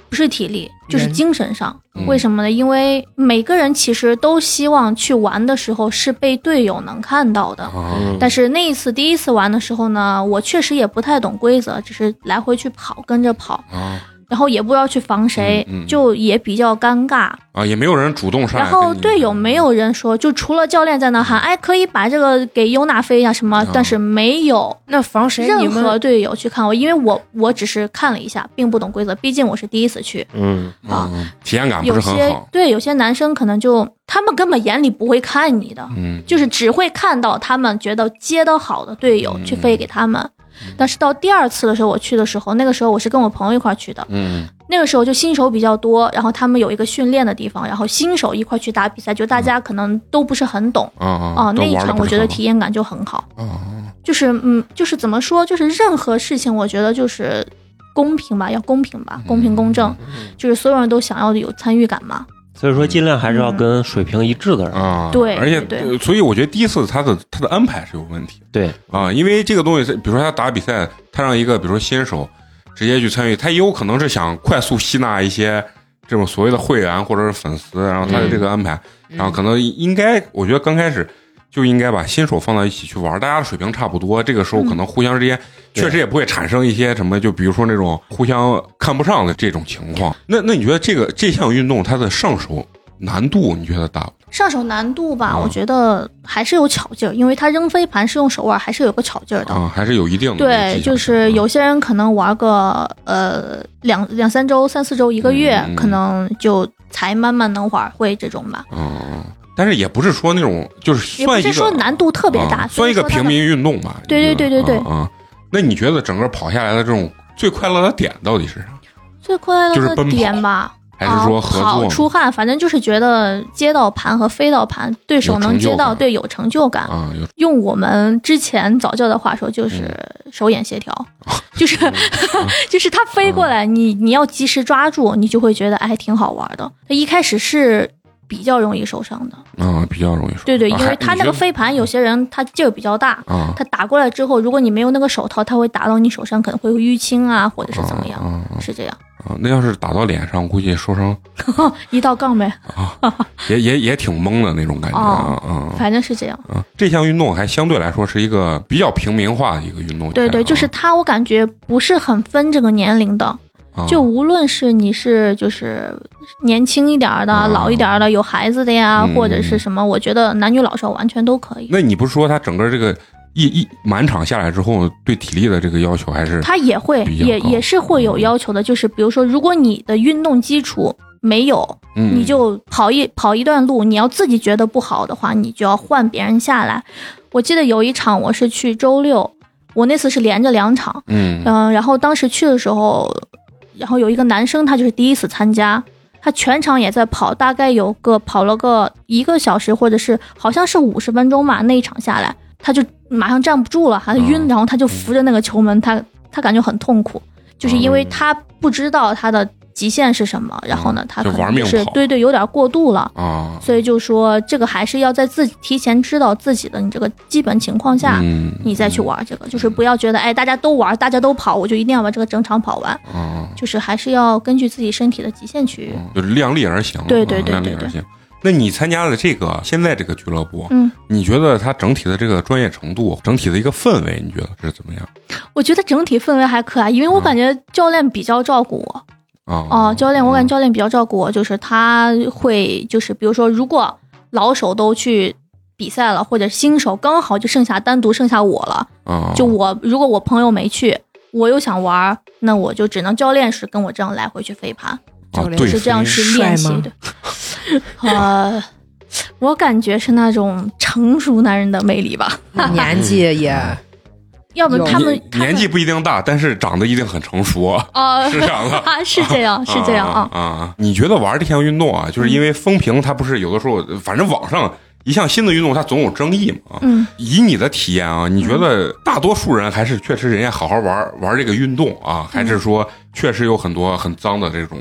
E: 不是体力，就是
B: 人
E: 精神上。
A: 嗯
E: 为什么呢？因为每个人其实都希望去玩的时候是被队友能看到的。
D: 嗯
A: 啊，
E: 但是那一次第一次玩的时候呢，我确实也不太懂规则，只是来回去跑，跟着跑，
A: 啊
E: 然后也不知道去防谁，
A: 嗯嗯嗯
E: 就也比较尴尬。
A: 啊，也没有人主动上来
E: 然
A: 跟你。嗯
E: 后队友没有人说，就除了教练在那喊，哎，可以把这个给优娜飞一下什么
A: 啊，
E: 但是没有
B: 那防谁？你
E: 任
B: 们
E: 何队友去看我，因为我我只是看了一下，并不懂规则，毕竟我是第一次去。
D: 嗯，
E: 啊
A: 嗯，体验感不
E: 有
A: 是很
E: 些
A: 好。
E: 对有些男生可能就他们根本眼里不会看你的，
A: 嗯，
E: 就是只会看到他们觉得接到好的队友
A: 嗯
E: 去飞给他们。但是到第二次的时候，我去的时候，那个时候我是跟我朋友一块儿去的，
A: 嗯
E: 那个时候就新手比较多，然后他们有一个训练的地方，然后新手一块去打比赛，就大家可能都不是很懂
A: 啊啊
E: 啊、那一场我觉得体
A: 体
E: 验感就很好，
A: 啊啊
E: 就是嗯，就是怎么说，就是任何事情我觉得就是公平吧，要公平吧，公平公
A: 嗯
E: 正，就是所有人都想要有参与感嘛。
D: 所以说尽量还是要跟水平一致的人。
A: 啊，
E: 对
A: 而且
E: 对
A: 呃所以我觉得第一次他的他的安排是有问题的。
D: 对，
A: 啊，因为这个东西是，比如说他打比赛，他让一个比如说新手直接去参与，他也有可能是想快速吸纳一些这种所谓的会员或者是粉丝，然后他的这个安排，
E: 嗯
A: 然后可能应该，我觉得刚开始就应该把新手放到一起去玩，大家的水平差不多，这个时候
E: 嗯
A: 可能互相之间
D: 对
A: 确实也不会产生一些什么，就比如说那种互相看不上的这种情况。那那你觉得这个这项运动它的上手难度，你觉得大不大？
E: 上手难度吧，
A: 嗯
E: 我觉得还是有巧劲儿，因为他扔飞盘是用手腕，还是有个巧劲儿的。
A: 啊，还是嗯有一定的那个
E: 对，
A: 技巧
E: 就是
A: 性
E: 有些人可能玩个呃两两三周、三四周、一个月，
A: 嗯嗯
E: 可能就才慢慢能玩会这种吧。
A: 嗯，但是也不是说那种，就是
E: 也不
A: 算一个
E: 是说难度特别大，
A: 啊
E: 所
A: 算
E: 以
A: 一个
E: 说它
A: 平
E: 的。
A: 民运动吧。
E: 对
A: 你觉
E: 对
A: 得
E: 对对
A: 啊啊。那你觉得整个跑下来的这种最快乐的点到底是啥？
E: 最快
A: 就是
E: 乐的
A: 奔跑
E: 点吧，
A: 还是说合
E: 啊、跑
A: 作
E: 出汗，反正就是觉得接到盘和飞到盘，对手
A: 有
E: 能
A: 成就
E: 接到，
A: 感
E: 对有成就感。
A: 啊？有
E: 用我们之前早教的话说，就是
A: 嗯
E: 手 眼协调，就是 就是它飞过
A: 嗯
E: 来，你你要及时抓住，你就会觉得哎挺好玩的。它一开始是比较容易受伤的，
A: 啊，比较容易说。
E: 对对，
A: 啊
E: 因为
A: 还
E: 它
A: 你
E: 那个
A: 觉得嗯
E: 飞盘，有些人他劲儿比较大，
A: 啊，
E: 他打过来之后，如果你没有那个手套，他会打到你手上，可能会淤青啊，或者是怎么样，
A: 啊啊
E: 是这样。
A: 啊？那要是打到脸上，估计受伤
E: 一道杠呗，
A: 也也也挺懵的那种感觉啊啊
E: 哦反正是这样。
A: 啊啊！这项运动还相对来说是一个比较平民化的一个运动。
E: 对对，就是他，我感觉不是很分这个年龄的，
A: 啊
E: 就无论是你是就是年轻一点儿的、
A: 啊
E: 老一点儿的、有孩子的呀，
A: 嗯
E: 或者是什么，我觉得男女老少完全都可以。
A: 那你不是说他整个这个一一满场下来之后，对体力的这个要求还是
E: 他也会
A: 比较
E: 也
A: 高
E: 也是会有
A: 嗯
E: 要求的，就是比如说，如果你的运动基础没有，
A: 嗯
E: 你就跑一跑一段路，你要自己觉得不好的话，你就要换别人下来。我记得有一场我是去周六，我那次是连着两场，
A: 嗯
E: 嗯、然后当时去的时候，然后有一个男生他就是第一次参加，他全场也在跑，大概有个跑了个一个小时，或者是好像是五十分钟吧，那一场下来，他就马上站不住了，还晕，
A: 嗯
E: 然后他就扶着那个球门，他他感觉很痛苦，就是因
A: 哦
E: 为他不知道他的极限是什么，然后呢，他
A: 就
E: 可
A: 玩
E: 能
A: 命
E: 是
A: 跑
E: 对对有点过度了。
A: 啊
E: 所以就说这个还是要在自己提前知道自己的你这个基本情况下，
A: 嗯
E: 你再去玩这个，就是不要觉得哎，大家都玩，大家都跑，我就一定要把这个整场跑完，
A: 啊，
E: 就是还是要根据自己身体的极限去。
A: 就是量力而行，
E: 对对
A: 啊
E: 对
A: 量力
E: 对对
A: 而行。那你参加了这个现在这个俱乐部，
E: 嗯，
A: 你觉得它整体的这个专业程度、整体的一个氛围，你觉得是怎么样
E: 我觉得整体氛围还可以，因为我
A: 嗯
E: 感觉教练比较照顾我。
A: 啊？
E: 哦，教练，我感觉
A: 觉
E: 教练比较照顾我，就是他会就是比如说，如果老手都去。比赛了，或者新手刚好就剩下单独剩下我了，
A: 啊，
E: 就我如果我朋友没去，我又想玩儿，那我就只能教练是跟我这样来回去飞盘。
A: 啊
B: 教练
A: 对
E: 是这样
A: 非
E: 去练习
B: 帅吗
E: 的。 呃，我感觉是那种成熟男人的魅力吧，
A: 嗯
B: 年纪也
E: 要不然
B: 有
E: 他们
A: 年
E: 他们
A: 年纪不一定大，但是长得一定很成熟，
E: 呃
A: 是这样的。
E: 啊是这样是这样啊，
A: 啊啊！你觉得玩这项运动啊，就是因为风评它不是有的时候，反正网上一项新的运动它总有争议嘛。啊
E: 嗯，
A: 以你的体验啊，你觉得大多数人还是确实人家好好玩玩这个运动啊，还是说确实有很多很脏的这种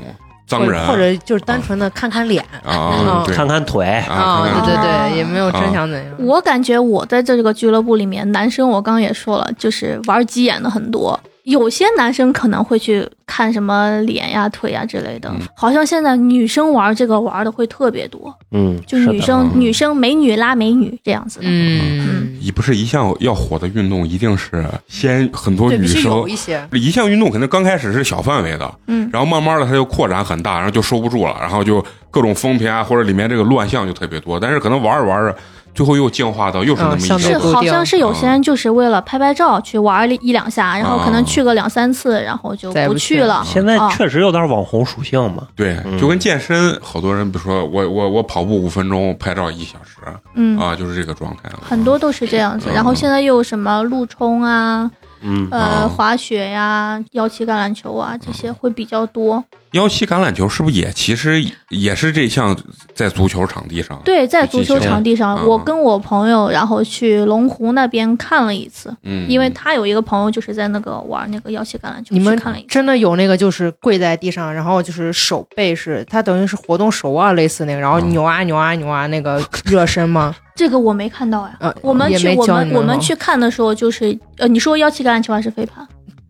A: 脏人
B: 或者就是单纯的看看脸哦
A: 啊？对
D: 嗯看看腿，
A: 啊，看看
B: 对对
E: 啊
B: 对，也没有真想怎样。
E: 我感觉我在这个俱乐部里面，男生我刚刚也说了，就是玩急眼的很多。有些男生可能会去看什么脸呀、腿呀之类的
A: 嗯，
E: 好像现在女生玩这个玩的会特别多，
D: 嗯，
E: 就是
D: 的
E: 女生
D: 嗯
E: 女生美女拉美女这样子的。
C: 嗯，
A: 一不是一项要火的运动，一定是先很多
B: 对，
A: 女
B: 必须有
A: 生。
B: 一些。
A: 一项运动可能刚开始是小范围的，
E: 嗯
A: 然后慢慢的它就扩展很大，然后就收不住了，然后就各种风评啊，或者里面这个乱象就特别多。但是可能玩着玩着，最后又进化到又是那么
B: 嗯
A: 一
B: 像
A: 项
E: 是，
B: 都固
E: 好
B: 定
E: 像是有些人就是为了拍拍照去玩一两下，然后可能去个两三次，然后就
B: 再不
E: 不
B: 去
E: 去了。
D: 现在
E: 啊
D: 确实有点网红属性嘛，
A: 对
D: 嗯，
A: 就跟健身，好多人比如说我我我跑步五分钟，拍照一小时
E: 嗯，
A: 啊，就是这个状态了。
E: 很多都是这样子。
A: 嗯
E: 然后现在又有什么路冲啊，
D: 嗯，
E: 呃，
A: 哦
E: 滑雪呀、腰旗橄榄球啊，这些会比较多。
A: 腰旗橄榄球是不是也其实也是这项在足球场地上？，
E: 对，在足球场地
A: 这
E: 上，
A: 些
E: 我
A: 嗯
E: 跟我朋友然后去龙湖那边看了一次，
A: 嗯，
E: 因为他有一个朋友就是在那个玩那个腰旗橄榄球，
B: 你们
E: 去看了一次。
B: 真的有那个，就是跪在地上，然后就是手背是，它等于是活动手腕类似那个，然后
A: 嗯
B: 扭啊扭啊扭啊那个 热身吗？
E: 这个我没看到呀。
B: 呃，
E: 我们
B: 也
E: 去
B: 没
E: 我
B: 教
E: 们
B: 你
E: 我
B: 吗
E: 们去看的时候，就是呃，你说腰旗橄榄球还是飞盘？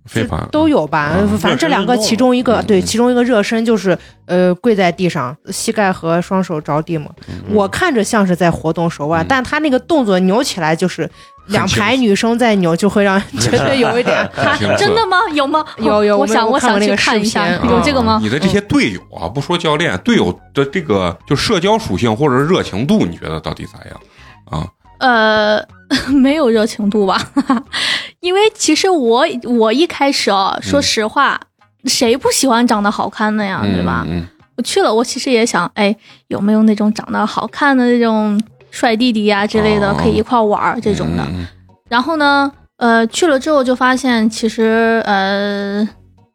A: 飞盘
B: 都有吧，
A: 嗯
B: 反正这两个其中一个
A: 嗯
B: 对，其中一个热身就是呃跪在地上，膝盖和双手着地嘛。我看着像是在活动手腕
A: 嗯，
B: 但他那个动作扭起来就是两排女生在扭，就会让觉 得有一点。
A: 很青涩
E: 真的吗？有吗？
B: 有有
E: 我
B: 我们
E: 想
B: 我看过
E: 想
B: 那
E: 去
B: 个
E: 看一
B: 视频
E: 下，
B: 啊
E: 有这个吗？嗯
A: 你的这些队友啊，不说教练，队友的这个就社交属性或者是热情度，你觉得到底咋样？啊，
E: 呃， 没有热情度吧， 因为其实我我一开始哦，
A: 嗯
E: 说实话，谁不喜欢长得好看的呀，啊对吧？
A: 嗯，
E: 我去了，我其实也想，哎，有没有那种长得好看的那种帅弟弟呀、之类的，
A: 哦嗯
E: 可以一块玩儿这种的。然后呢，呃，去了之后就发现，其实呃，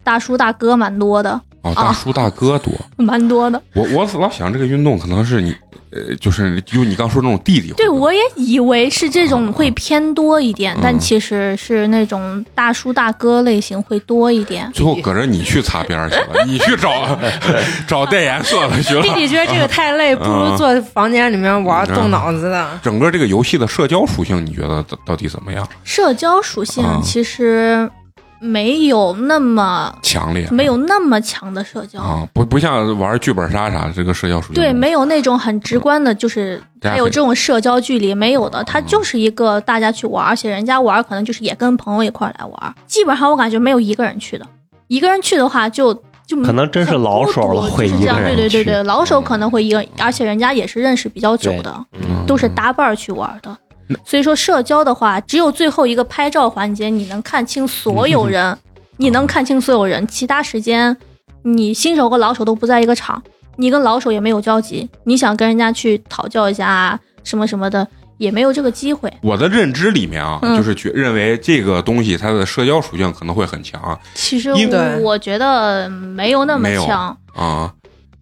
E: 大叔大哥蛮多的，
A: 哦，大叔大哥多，
E: 蛮多的。
A: 我我老想这个运动可能是你，呃，就是就你刚说那种弟弟活动，
E: 对，我也以为是这种会偏多一点，但其实是那种大叔大哥类型会多一点。
A: 最后搁着你去擦边儿去了，你去 找找代颜色的去
B: 弟
A: 了。
B: 弟觉得这个太累，不如坐房间里面玩
A: 嗯
B: 动脑子的。
A: 整个这个游戏的社交属性，你觉得到到底怎么样？
E: 社交属性
A: 啊
E: 其实没有那么、
A: 强烈？
E: 没有那么强的社交，
A: 啊，不不像玩剧本杀啥，这个社交属性
E: 对，没有那种很直观的，就是
A: 大家
E: 还有
A: 可以
E: 这种社交距离没有的，它就是一个大家去玩，而且人家玩可能就是也跟朋友一块儿来玩，基本上我感觉没有一个人去的，一个人去的话就。就
D: 可能真是老手了
E: 很孤独
D: 会
E: 就是
D: 一个
E: 这样，对
D: 人
E: 对对
D: 去
E: 对，老手可能会一个，而且人家也是认识比较久的，
D: 嗯
E: 都是搭伴儿去玩的。所以说社交的话，只有最后一个拍照环节，你能看清所有人，你能看清所有人，其他时间你新手和老手都不在一个场，你跟老手也没有交集，你想跟人家去讨教一下啊什么什么的，也没有这个机会。
A: 我的认知里面啊，
E: 嗯
A: 就是觉认为这个东西它的社交属性可能会很强啊
E: 其实
A: 因
B: 为
E: 我觉得没有那么
A: 没有
E: 强，
A: 啊。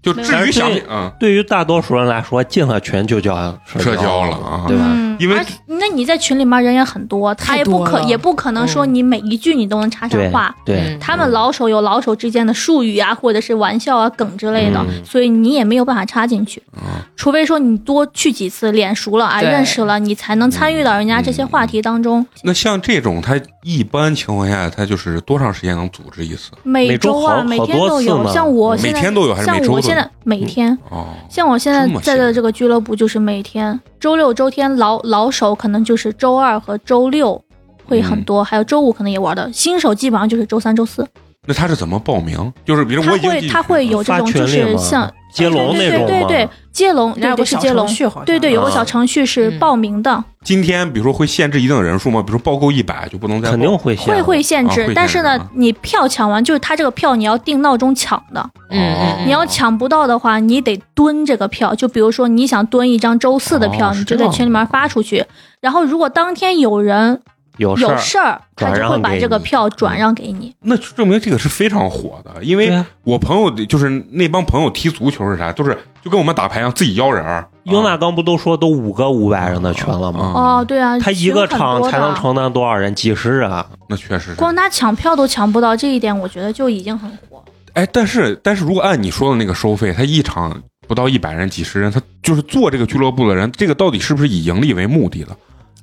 A: 就
E: 没有
A: 至于想
D: 对
A: 啊，
D: 对于大多数人来说，进了群就叫
A: 社交
D: 交
A: 了啊
D: 对吧？
E: 嗯
A: 因为
E: 而且那你在群里面人也很多，他
B: 太
E: 也不
B: 多
E: 可
B: 了
E: 也不可能说
B: 嗯
E: 你每一句你都能插上
D: 对
E: 话。
D: 对，
E: 他们老手有老手之间的术语啊，或者是玩笑啊、梗之类的，
D: 嗯
E: 所以你也没有办法插进去。
A: 啊，
E: 除非说你多去几次，脸熟了啊，
B: 对
E: 认识了，你才能参与到人家这些话题当中。
A: 那像这种，它一般情况下，它就是多长时间能组织一次？
E: 每周啊，每
D: 每周好
E: 天都
D: 好多次
E: 有。
D: 呢
E: 像我
A: 每
E: 现在，
A: 天都有还是
E: 像
A: 每周都
E: 我
A: 有？嗯
E: 现在每天，
A: 哦，
E: 像我现在
A: 这么
E: 在的这个俱乐部就是每天，周六、周天老老手可能就是周二和周六会很
A: 嗯
E: 多，还有周五可能也玩的。新手基本上就是周三、周四，
A: 那他是怎么报名？就是比如
E: 他
A: 我已经
E: 会
A: 进去
E: 他会有这
D: 发
E: 种
D: 群
E: 就
D: 里
E: 是
D: 嘛
E: 像
D: 接龙那种
E: 对对
D: 嘛
E: 对对，接龙，
B: 人家
E: 对
B: 有个
E: 对是
B: 小
E: 接
B: 程
E: 龙，
B: 序好像，
E: 对对，有个
D: 啊
E: 小程序是
B: 嗯
E: 报名的，
A: 今天比如说会限制一定的人数吗？比如说报够一百就不能再报哦
D: 肯定会限
E: 会会限
A: 啊
E: 制
A: 会，
E: 但
A: 限
E: 是
A: 制
E: 呢
A: 啊，
E: 你票抢完就是他这个票你要定闹钟抢的，
C: 嗯嗯
A: 哦
C: 嗯
E: 你要抢不到的话，你得蹲这个票。就比如说你想蹲一张周四的票，
A: 哦
E: 你
A: 是
E: 就
A: 这
E: 在
A: 样
E: 群里面发出去。然后如果当天有人
D: 有事
E: 有
D: 儿，
E: 事儿，他
D: 转
E: 就
D: 让
E: 会把
D: 给
E: 这个
D: 你
E: 票转让给你。
A: 那就证明这个是非常火的，因
D: 对
A: 为
D: 啊
A: 我朋友的就是那帮朋友踢足球是啥，就是就跟我们打牌一样，自己邀人儿。
D: 英大刚不都说都五个五百人的群了吗？
A: 啊
E: 哦，对啊，
D: 嗯他一个
E: 群很
D: 场
E: 多
D: 才
E: 的
D: 能承担多少人？几十人啊？
A: 那确实是。
E: 光他抢票都抢不到，这一点我觉得就已经很火。
A: 哎，但是但是如果按你说的那个收费，他一场不到一百人、几十人，他就是做
E: 嗯
A: 这个俱乐部的人，这个到底是不是以盈利为目的的？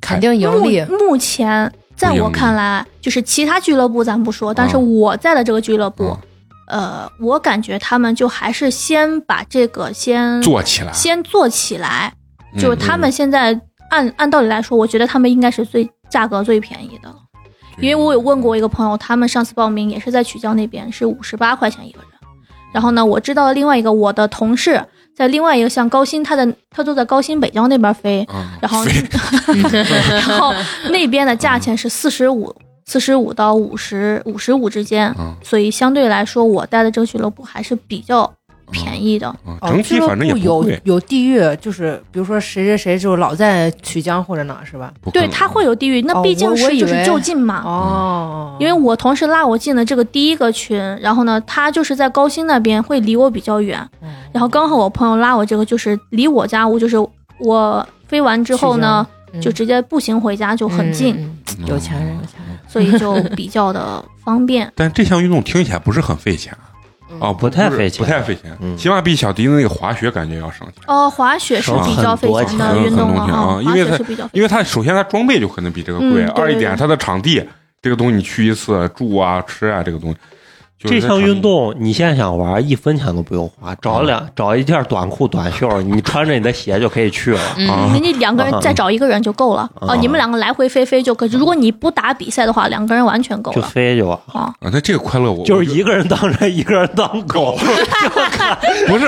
B: 肯定盈利。
E: 目目前在
A: 不
E: 我
A: 盈利
E: 看来，就是其他俱乐部咱不说，但是
A: 啊
E: 我在的这个俱乐部
A: 啊，
E: 呃，我感觉他们就还是先把这个先
A: 做起来，
E: 先做起来，
A: 嗯
E: 就是他们现在按按道理来说，我觉得他们应该是最价格最便宜的了，
A: 嗯
E: 因为我有问过一个朋友，他们上次报名也是在曲江那边是五十八块钱一个人，然后呢，我知道了另外一个我的同事在另外一个像高新，他在他都在高新北郊那边飞，
A: 啊，
E: 然后
A: 非
E: 然后那边的价钱是四十五。四十五到五十五十五之间，
A: 啊
E: 所以相对来说，我待的这个俱乐部还是比较便宜的。
A: 啊，
B: 哦
A: 整体
B: 俱乐
A: 反正也
B: 部
A: 不
B: 有
A: 贵，
B: 有地域，就是比如说谁谁谁就老在曲江或者哪儿是吧？
A: 不可
E: 对，
A: 能。
E: 它会有地域，那
B: 哦
E: 毕竟
B: 我我
E: 是
B: 以
E: 就是
B: 为
E: 就近嘛。
B: 哦，
E: 嗯因为我同事拉我进了这个第一个群，然后呢，他就是在高新那边，会离我比较远。
B: 哦
E: 然后刚好我朋友拉我这个，就是离我家，我就是我飞完之后呢，
B: 嗯
E: 就直接步行回家，就很近，，
B: 嗯嗯有钱人有钱人，
E: 所以就比较的方便
A: 但这项运动听起来不是很费钱
C: 嗯
E: 哦
A: 啊，
D: 不太
A: 是
D: 费钱
A: 不太费钱，
D: 嗯
A: 起码比小迪的那个滑雪感觉要省钱。
E: 哦，滑雪是比较费钱
A: 省很
E: 的
A: 多钱
E: 运动了啊
A: 嗯因
E: 滑
A: 为它
E: 雪是比较费
A: 因为它首先它装备就可能比这个贵，
E: 嗯对
A: 二一点
E: 对对
A: 它的场地这个东西你去一次住啊吃啊这个东西，就是
D: 这
A: 在场
D: 项
A: 地
D: 运动你现在想玩，一分钱都不用花，找两找一件短裤短袖，你穿着你的鞋就可以去了。
C: 嗯
A: 啊
E: 人家两个人再找一个人就够了
D: 嗯
E: 哦，你们两个来回飞飞就可以。如果你不打比赛的话，两个人完全够
D: 就
E: 了。
D: 飞就完，
E: 哦，
A: 啊，那这个快乐我
D: 就是
A: 我
D: 一个人当人，一个人当狗。
A: 不是，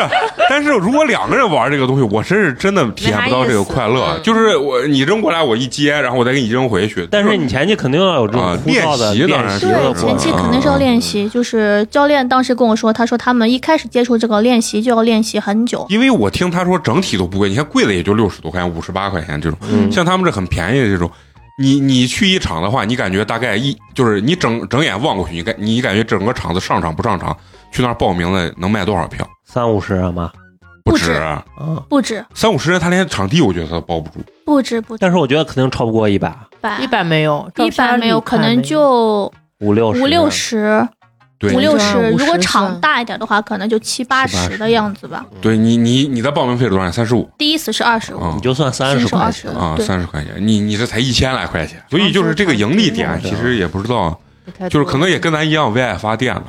A: 但是如果两个人玩这个东西，我真是真的体验不到这个快
C: 没啥意
A: 乐。
C: 思嗯
A: 就是我你扔过来我一接，然后我再给你扔回去。
D: 但是你前期肯定要有这种
A: 啊
D: 枯燥的
A: 练习当
D: 练
A: 然
D: 习
A: 是啊有
D: 的
A: 点
D: 嗯
E: 对，
D: 过
E: 前期
D: 程。
E: 肯定是要练习。就是教练当时跟我说，他说他们一开始接触这个练习就要练习很久。
A: 因为我听他说整体都不贵，你看贵的也就六十多块钱、五十八块钱这种，
D: 嗯
A: 像他们这很便宜的这种。你你去一场的话，你感觉大概一就是你整整眼望过去，你感你感觉整个场子上场不上场，去那儿报名的能卖多少票？
D: 三五十人吧，
A: 不
E: 不
A: 止
D: 啊，
E: 不止，
A: 三五十人，他连场地我觉得他都包不住。
E: 不止，不止，
D: 但是我觉得肯定超不过一百，
E: 百
B: 一百没有，
E: 一百没有，可能就
D: 五六十，
E: 五六十，
A: 对，
E: 五六十。
B: 50
E: 如果
B: 是
E: 场大一点的话，可能就七八十的样子吧。
A: 对你你你的报名费多少钱？三十五
E: 第一次是二十五，
A: 啊
D: 你，就算三
E: 新
D: 十
E: 手
D: 块
E: 二
D: 钱
E: 十，
A: 啊，
E: 对，哦
A: 三十块钱，你你这才一千来块钱，所以就是这个盈利点，其实也不知道，就是可能
B: 嗯
A: 也跟咱一样为爱发电了，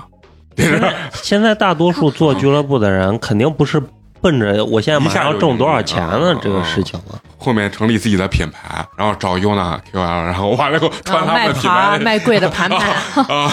D: 现在大多数做俱乐部的人，肯定不是奔着我现在马上要挣多少钱了这个事情了。
A: 后面成立自己的品牌，然后找 Yuna QL，然后完了以后穿他们
B: 卖
A: 的品
B: 盘
A: 牌
B: 卖贵的盘盘，
A: 啊，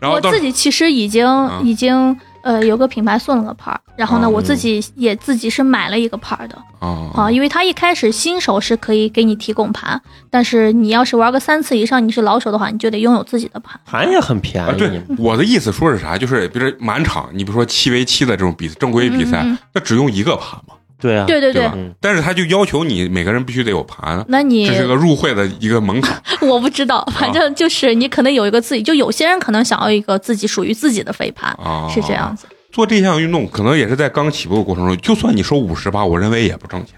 A: 然后
E: 我
A: 到
E: 自己其实已经
A: 啊
E: 已经呃有个品牌送了个牌儿，然后
A: 啊
E: 呢，我自己也自己是买了一个牌儿的
A: 啊
E: 啊，因为它一开始新手是可以给你提供盘，但是你要是玩个三次以上，你是老手的话，你就得拥有自己的盘。
D: 盘也很便
A: 啊，对
D: 宜，，
A: 我的意思说是啥，就是比如说满场，你比如说七 v 七的这种比正规比赛
E: 嗯嗯嗯，
A: 那只用一个盘嘛，
D: 对啊，
E: 对对
A: 对
E: 对
A: 吧，
D: 嗯？
A: 但是他就要求你每个人必须得有盘。
E: 那你
A: 这是个啊入会的一个门槛，
E: 我不知道，反正就是你可能有一个自己，就有些人可能想要一个自己属于自己的飞盘，
A: 啊
E: 是这样子。
A: 做这项运动，可能也是在刚起步的过程中，就算你收五十八，我认为也不挣钱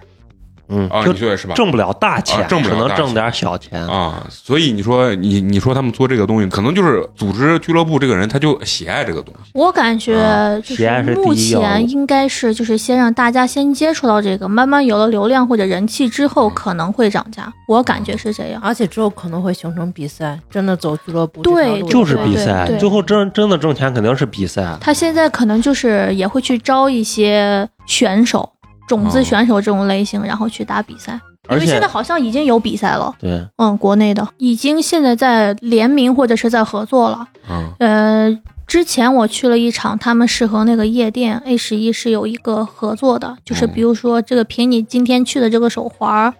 D: 嗯，
A: 啊，
D: 就
A: 你觉得是吧？
D: 挣不了大钱，
A: 啊挣不了
D: 可
A: 大
D: 能挣
A: 钱
D: 点小钱。
A: 啊，所以你说你你说他们做这个东西，可能就是组织俱乐部这个人他就喜爱这个东西，
E: 我感觉就
D: 体啊验是第一
E: 目
D: 要务
E: 前应该是就是先让大家先接触到这个，慢慢有了流量或者人气之
D: 嗯
E: 后，可能会涨价。我感觉是这样。
B: 而且之后可能会形成比赛，真的走俱乐部
E: 对
B: 这条路
D: 就是
E: 对
D: 比
E: 对
D: 赛，
E: 对
D: 最后真真的挣钱肯定是比赛。
E: 他现在可能就是也会去招一些选手，种
A: 哦
E: 子选手这种类型，然后去打比赛。因
D: 而
E: 为现
D: 且
E: 在好像已经有比赛了，
D: 对，
E: 嗯，国内的已经现在在联名或者是在合作了。
A: 啊
E: 呃，之前我去了一场，他们是和那个夜店 A 十一是有一个合作的，就是比如说这个凭你今天去的这个手环儿，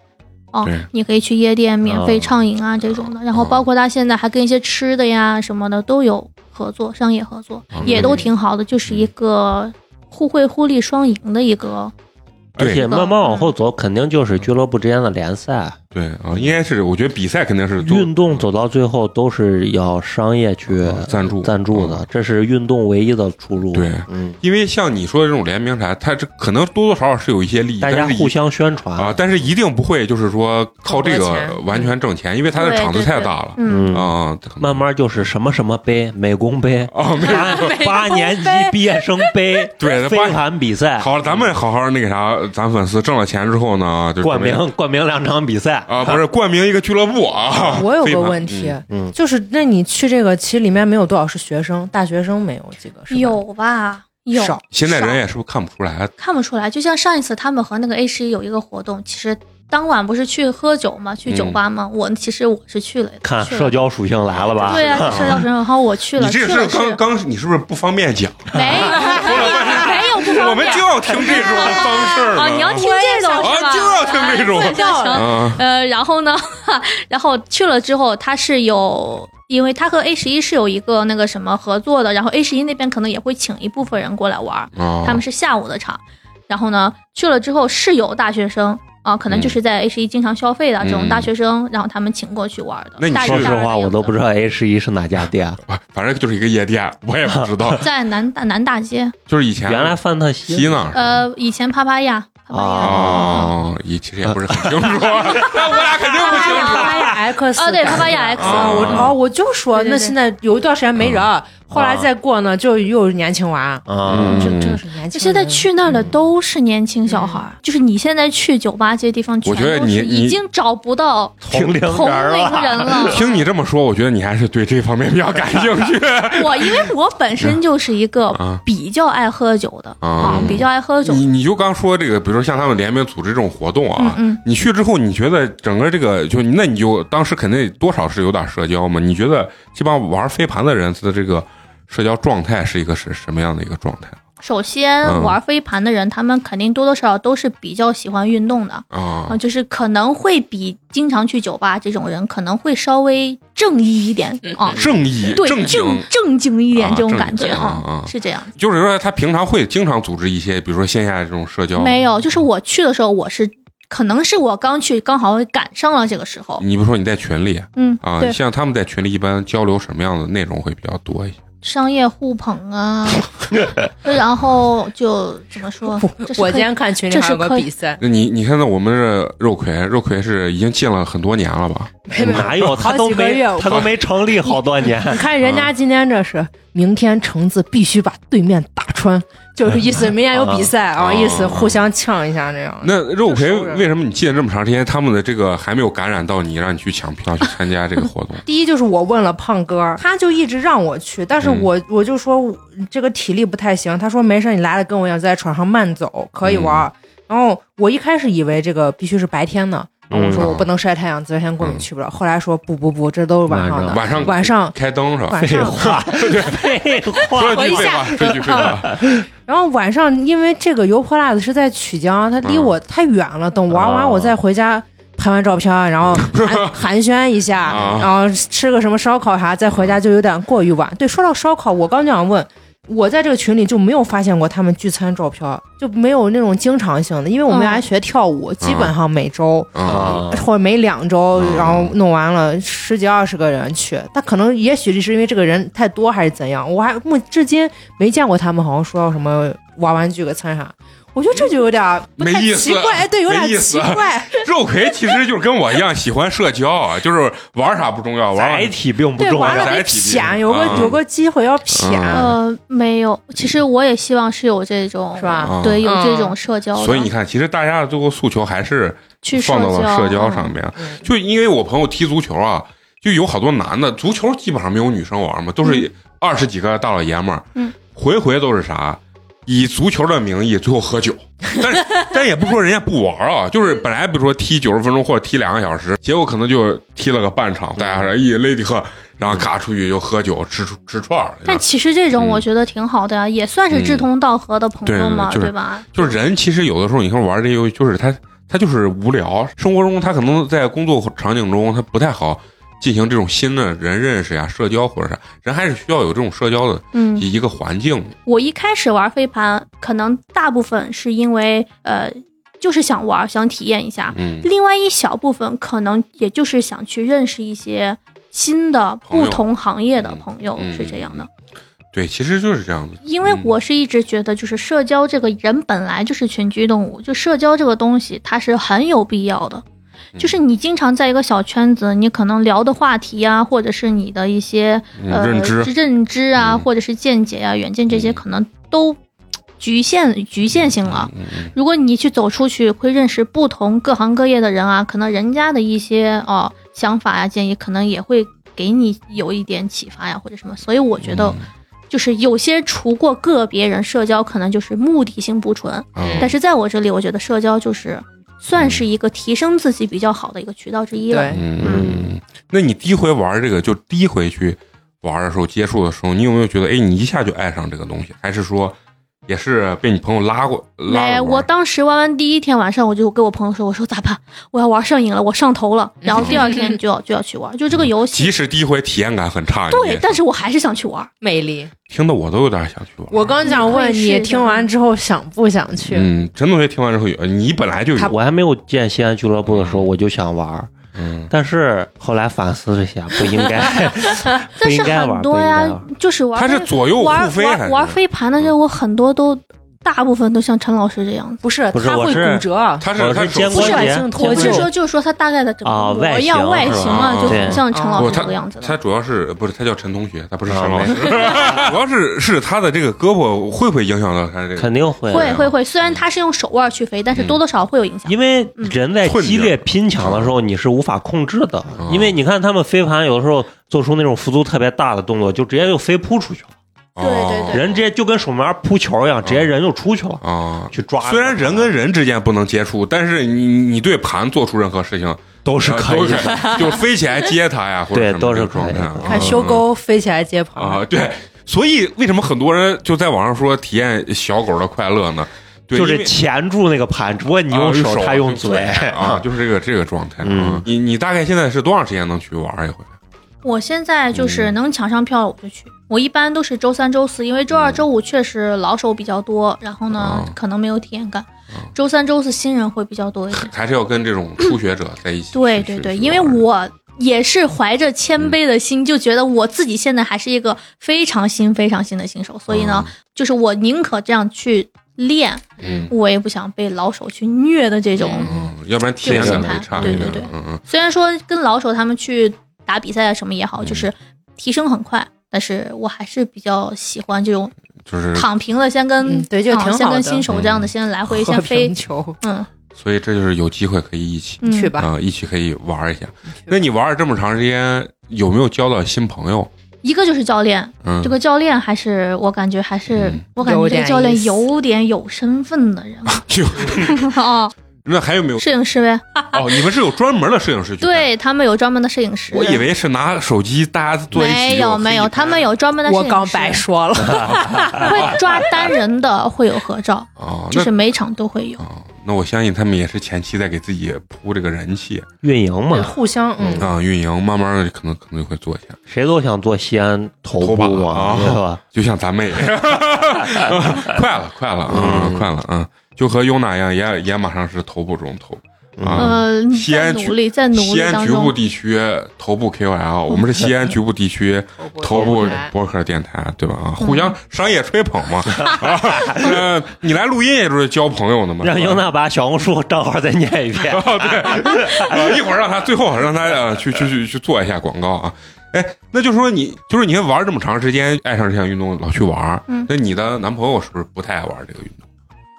E: 哦
A: 对，
E: 你可以去夜店免费
D: 哦
E: 畅饮啊这种的。然后
A: 哦
E: 包括他现在还跟一些吃的呀什么的都有合作，商业合作
A: 哦
E: 也都
A: 嗯
E: 挺好的，就是一个互惠互利双赢的一个。
D: 而且
A: 对
E: 个
D: 慢慢往
E: 嗯
D: 后走，肯定就是俱乐部之间的联赛。
A: 对啊，应该是我觉得比赛肯定是做
D: 运动走到最后都是要商业去
A: 嗯赞助
D: 赞助的，这是运动唯一的出路。
A: 对
D: 嗯，
A: 因为像你说的这种联名啥，它这可能多多少少是有一些利益，
D: 大家
A: 但是
D: 互
A: 一
D: 相宣传
A: 啊，，但是一定不会就是说靠这
B: 很多
A: 个
B: 钱
A: 完全挣钱，因为他的
E: 对
A: 场子
E: 对
A: 太
E: 对
A: 大了
E: 嗯，
D: 嗯，
A: 啊，可能
D: 慢慢就是什么什么杯，美工杯，
A: 啊，没
D: 八八年级毕业生杯，
A: 对
D: 飞
A: 八
D: 盘
B: 哎
D: 比赛，
A: 好，咱们好好那个啥，咱粉丝挣了钱之后呢，就
D: 冠
A: 准备
D: 名冠名两场比赛赛，
A: 啊，不是冠名一个俱乐部啊。
B: 我有
A: 非
B: 个
A: 凡
B: 问题，
D: 嗯嗯
B: 就是那你去这个，其实里面没有多少是学生，大学生没有几个，是吧
E: 有吧？有
B: 少
A: 现在人也是不是看不出来？
E: 看不出来。就像上一次他们和那个 A 十一有一个活动，其实当晚不是去喝酒嘛，去酒吧嘛。我其实我是去了，
D: 看
E: 去了
D: 社交属性来了吧？
E: 对呀、 啊，社交然后我去
A: 你
E: 了，
A: 这个
E: 去
A: 事儿
E: 了
A: 刚刚你是不是不方便讲？
E: 是没有没有不方便，
A: 我们就要听这种脏事儿呢
E: 啊，你要听这种是吧？
A: 啊就要听这种
E: 啊对行行
A: 啊，
E: 呃，然后呢，然后去了之后，它是有，因为它和 A 十一是有一个那个什么合作的，然后 A 十一那边可能也会请一部分人过来玩儿，
A: 啊
E: 嗯他们是下午的场，然后呢去了之后是有大学生啊，可能就是在 A 十一经常消费的这种
A: 嗯
E: 大学生，然后他们请过去玩
A: 那
E: 的。
A: 你
E: 大
A: 说
E: 学
D: 说
A: 实
D: 实
E: 生
D: 话，我都不知
E: 道。
D: 道 H 一是哪家店，
A: 反正就是一个夜店，我也不知道
E: 在南大南大街，
A: 就是以前
D: 原来范特西
A: 西那儿
E: 呃，以前啪啪亚，啪啪亚。
A: 哦，也其实也不是很清楚， 但我俩 肯定不
B: 哎
A: 清
B: 呀
A: 楚。
B: 哎呀 X
E: 哦
B: 感
E: 对
B: 觉
E: 帕帕亚 X
B: 啊，我
A: 嗯
B: 哦我就说
E: 对对
B: 那
E: 对
B: 现在有一段时间没人
D: 哦
B: 儿，后来再过呢，就又有年轻娃，
E: 哦
A: 嗯
D: 啊，
C: 嗯
B: 这这是年轻人。
E: 就嗯现在去那儿的都是年轻小孩儿，就是你现在去酒吧这些地方，
A: 我
E: 全
A: 觉得
E: 都
A: 你
E: 是
A: 你
E: 已经找不到
D: 同龄
E: 同龄
D: 人了，
E: 人 了。
A: 听你这么说，我觉得你还是对这方面比较感兴趣
E: 我因为我本身就是一个
A: 啊。
E: 比较爱喝酒的
A: 啊
E: 啊，比较爱喝酒。
A: 你你就刚说这个，比如说像他们联名组织这种活动啊，
E: 嗯嗯
A: 你去之后，你觉得整个这个就那你就当时肯定多少是有点社交嘛？你觉得这帮玩飞盘的人他的这个社交状态是一个是什么样的一个状态
E: 首先
A: 嗯，
E: 玩飞盘的人，他们肯定多多少少都是比较喜欢运动的
A: 啊
E: 啊，？就是可能会比经常去酒吧这种人可能会稍微正义一点啊，
A: 正义
E: 对
A: 嗯正经。
E: 正正经一点
A: 啊
E: 这种
A: 正
E: 感觉
A: 经啊
E: 啊
A: 啊，
E: 是这样。
A: 就是说，他平常会经常组织一些，比如说线下这种社交。
E: 没有，就是我去的时候，我是可能是我刚去，刚好赶上了这个时候。
A: 你不说你在群里
E: 嗯，
A: 啊，
E: 对，
A: 像他们在群里一般交流什么样的内容会比较多一些？
E: 商业互捧 啊，然后就怎么说？这是
B: 我
E: 可
B: 今
E: 以
B: 天看群里还有个比 赛，
A: 那你你看到我们这肉葵，肉葵是已经进了很多年了吧？
B: 没没
D: 嗯哪有他都
B: 好几个
D: 没
B: 月我
D: 他 都没成立好多年，
B: 你看人家今天这是，明天橙子必须把对面打穿，就是意
D: 嗯
B: 思明天有比赛
A: 啊
D: 哦
B: 啊，意思互相呛一下这样。
A: 那肉葵
B: 就熟人
A: 为什么你进了这么长时间，他们的这个还没有感染到你，让你去抢票去参加这个活动？
B: 第一就是我问了胖哥，他就一直让我去，但是
A: 嗯
B: 我、我就说我这个体力不太行，他说没事，你来了跟我一样在床上慢走可以玩儿。
A: 嗯
B: 然后我一开始以为这个必须是白天的，然后我说
A: 嗯
B: 我不能晒太阳，紫外线过敏
A: 嗯
B: 去不了。后来说不不不，这都是晚上的，
A: 晚上
B: 晚上
A: 开灯是吧？
B: 晚上。
D: 话废话
A: 说，句废话，说句废话，
B: 然后晚上因为这个油泼辣子是在曲江，它离我太远了，等玩完
D: 哦
B: 我再回家。拍完照片，然后寒寒暄一下
A: 啊，
B: 然后吃个什么烧烤啥，再回家就有点过于晚。对，说到烧烤，我刚就想问，我在这个群里就没有发现过他们聚餐照片，就没有那种经常性的，因为我们
E: 嗯
B: 原来学跳舞，基本上每周
A: 啊，
D: 啊
B: 或者每两周，
A: 嗯
B: 然后弄完了十几二十个人去，但可能也许是因为这个人太多还是怎样，我还目至今没见过他们好像说要什么玩完聚个餐啥，我觉得这就有点儿不太
A: 没意思
B: 奇怪，哎对，有点
A: 没意思
B: 奇 怪，
A: 肉葵其实就是跟我一样喜欢社交，啊就是玩啥不重要，玩
D: 载体并不
B: 对，
D: 重
B: 玩
D: 要
B: 了。得
A: 载体
B: 谝，有个
A: 嗯
B: 有个机会要谝，
A: 嗯
E: 呃没有。其实我也希望是有这种，
B: 是吧
A: 啊
E: 对，有这种
B: 嗯
E: 社交的。
A: 所以你看，其实大家的最后诉求还是
E: 去
A: 放到了社交啊上
E: 嗯
A: 面。
B: 嗯
A: 就因为我朋友踢足球啊，就有好多男的，足球基本上没有女生玩嘛，都是二十几个大老爷们儿，
E: 嗯，
A: 回回都是啥，以足球的名义最后喝酒，但是但也不说人家不玩啊，就是本来比如说踢九十分钟或者踢两个小时，结果可能就踢了个半场，大家说哎一勒的喝，然后咔出去就喝酒吃吃串儿，
E: 但其实这种我觉得挺好的呀，也算是志同道合的朋友
A: 嗯
E: 嘛，
A: 对就是
E: 吧？
A: 就是人其实有的时候，你看玩这游戏，就是他他就是无聊，生活中他可能在工作场景中他不太好进行这种新的人认识呀、社交或者啥，人还是需要有这种社交的
E: 嗯，
A: 一个环境。
E: 我一开始玩飞盘，可能大部分是因为呃，就是想玩，想体验一下；
A: 嗯，
E: 另外一小部分可能也就是想去认识一些新的
A: 朋友
E: 不同行业的朋友，
A: 嗯
E: 是这样的。
A: 对，其实就是这样子。
E: 因为我是一直觉得，就是社交这个人本来就是群居动物，就社交这个东西它是很有必要的。
A: 嗯
E: 就是你经常在一个小圈子，你可能聊的话题啊，或者是你的一些
A: 嗯
E: 呃
A: 认知
E: 认知啊，
A: 嗯
E: 或者是见解啊、远见这些，
A: 嗯
E: 可能都局限局限性了。
A: 嗯嗯
E: 如果你去走出去，会认识不同各行各业的人啊，可能人家的一些哦想法呀、建议，可能也会给你有一点启发呀，或者什么。所以我觉
A: 嗯
E: 得，就是有些除过个别人，社交可能就是目的性不纯。
A: 嗯
E: 但是在我这里，我觉得社交就是算是一个提升自己比较好的一个渠道之一了。
B: 对，
A: 嗯嗯，那你第一回玩这个，就第一回去玩的时候接触的时候，你有没有觉得，哎，你一下就爱上这个东西？还是说，也是被你朋友拉过拉
E: 来，
A: 着
E: 哎我
A: 玩
E: 当时玩完第一天晚上，我就跟我朋友说：“我说咋办？我要玩上瘾了，我上头了。”然后第二天就要就要去玩，就这个游
A: 即
E: 戏。
A: 使第一回体验感很差，你
E: 对
A: 也，
E: 但是我还是想去玩。
B: 魅力。
A: 听得我都有点想去玩。
B: 我刚想问
E: 你可以
B: 你，
E: 试一下
B: 听完之后想不想去？
A: 嗯，陈同学听完之后有，你本来就有，
D: 我还没有建西安俱乐部的时候，我就想玩儿，
A: 嗯，
D: 但是后来反思了一下，不应 该，不
E: 但
D: 应
E: 是
D: 该玩
E: 很
D: 儿，
E: 多
D: 不应该玩
E: 呀
D: 儿。，
E: 就是玩
A: 他是左右互
E: 玩
A: 飞还
E: 玩
A: 是
E: 玩飞盘的时候，我很多都大部分都像陈老师这样子。
B: 不是，
D: 不是
B: 他
D: 我
B: 会
D: 是
B: 骨折。
A: 他
D: 我
A: 是
D: 是
A: 他
D: 肩
A: 手扶
D: 关节
B: 不是性脱
E: 我
D: 肩
E: 是
D: 关节
E: 说，就是说他大概的整
D: 啊
E: 个模
D: 外
E: 样、
D: 形
E: 外
D: 是吧
E: 形啊，
A: 啊
E: 就
D: 对
E: 很像陈老
A: 不，
E: 师
A: 他哦
E: 这个样子的。
A: 他主要是不是他叫陈同学，他不是
D: 啊
A: 陈老师， 主要是是他的这个胳膊会不会影响到他这个？
D: 肯定会。
E: 会会会，虽然他是用手腕去飞，但是多多少少会有影响。
D: 因为人在激烈拼抢的时候，你是无法控制的。
A: 嗯
D: 因为你看他们飞盘有的时候做出那种幅度特别大的动作，就直接就飞扑出去了，
A: 哦
E: 对对对
D: 人直接就跟手门扑球一样，直接人就出去了，
A: 啊，
D: 去抓。
A: 嗯虽然人跟人之间不能接触，但是你你对盘做出任何事情
D: 啊都是
A: 呃
D: 可
A: 都
D: 以
A: 是
D: 的，
A: 就是 飞起来接它 呀，或者
D: 对
A: 什么
D: 都是
A: 这个状
D: 可以
A: 态
D: 的
A: 啊。
B: 看修沟飞起来接盘，
A: 啊，对，所以为什么很多人就在网上说体验小狗的快乐呢？对
D: 就
A: 因
D: 是
A: 为
D: 钳住那个盘，只不过你
A: 啊
D: 用
A: 用
D: 手，
A: 手
D: 他用
A: 用 嘴
D: 嘴。
A: 啊，就是这个这个状态啊
D: 嗯。
A: 你你大概现在是多长时间能去玩一回？
E: 我现在就是能抢上票我就去，我一般都是周三、周四，因为周二、周五确实老手比较多，然后呢
A: 哦
E: 可能没有体验感。周三、周四新人会比较多一 点。
A: 还是要跟这种初学者在一起去？
E: 对
A: 去
E: 对对，
A: 去
E: 因为
A: 玩
E: 我也是怀着谦卑的心，就觉得我自己现在还是一个非常新、非常新的新手，所以呢，就是我宁可这样去练，
A: 嗯
E: 我也不想被老手去虐的这种。
A: 嗯，要不然体验感
E: 这个
A: 会
E: 心态
A: 差。
E: 对对
A: 嗯
E: 对
A: 嗯嗯。
E: 虽然说跟老手他们去打比赛啊什么也好，
A: 嗯
E: 就是提升很快。但是我还是比较喜欢这种
A: 就是，
E: 躺平了，先跟、
B: 嗯对就挺
E: 啊先
B: 好的
E: 跟新手这
A: 嗯
E: 样的先来回
B: 和
E: 先
B: 平
E: 飞，
B: 球
E: 嗯，
A: 所以这就是有机会可以一起
E: 嗯
B: 去吧。
A: 啊、一起可以玩一下。
B: 去吧
A: 那你玩了这么长时间，有没有交到新朋友？
E: 一个就是教练，
A: 嗯，
E: 这个教练还是我感觉还是、
A: 嗯
E: 我感
B: 有
E: 觉
B: 点
E: 这个教
B: 意
E: 练
B: 思
E: 有点有身份的人
A: 就
E: 哦，
A: 那还有 没有？
E: 摄影师呗，
A: 哦，你们是有专门的摄影师去拍？
E: 对他们有专门的摄影师。
A: 我以为是拿手机大家坐一起。
E: 没有没有，他们
A: 有
E: 有专门的摄影
B: 我
E: 师，
B: 刚白说了，
E: 会抓单人的，会有合照，
A: 哦，
E: 就
A: 那
E: 是每场都会有。
A: 哦，那我相信他们也是前期在给自己铺这个人气
D: 运营嘛，
B: 互相嗯，
A: 啊、运营慢慢的可能可能就会做起来，
D: 谁都想做西安头
A: 头
D: 部
A: 把啊
D: 嘛，对吧？
A: 就像咱们 也，快了快了啊、
D: 嗯
A: 快了啊、嗯就和优娜一样，也也马上是头部中头啊。
E: 呃，
A: 西
E: 在
A: 安局
E: 努力，在努
A: 西
E: 力
A: 安
E: 当
A: 局部
E: 中，
A: 地区头部 KOL，我们是西安局部地区头部博客电台，对吧？啊，
E: 嗯
A: 互相商业吹捧 嘛。啊呃，你来录音也就是交朋友的嘛。
D: 让
A: 是吧
D: 英娜把小红书账号再念 一遍。
A: 哦，对，呃，一会儿让他最后让他呃去去去去做一下广告啊。哎，那就是说你就是你看玩这么长时间，爱上这项运动，老去玩儿，
E: 嗯
A: 那你的男朋友是不是不太爱玩这个运动？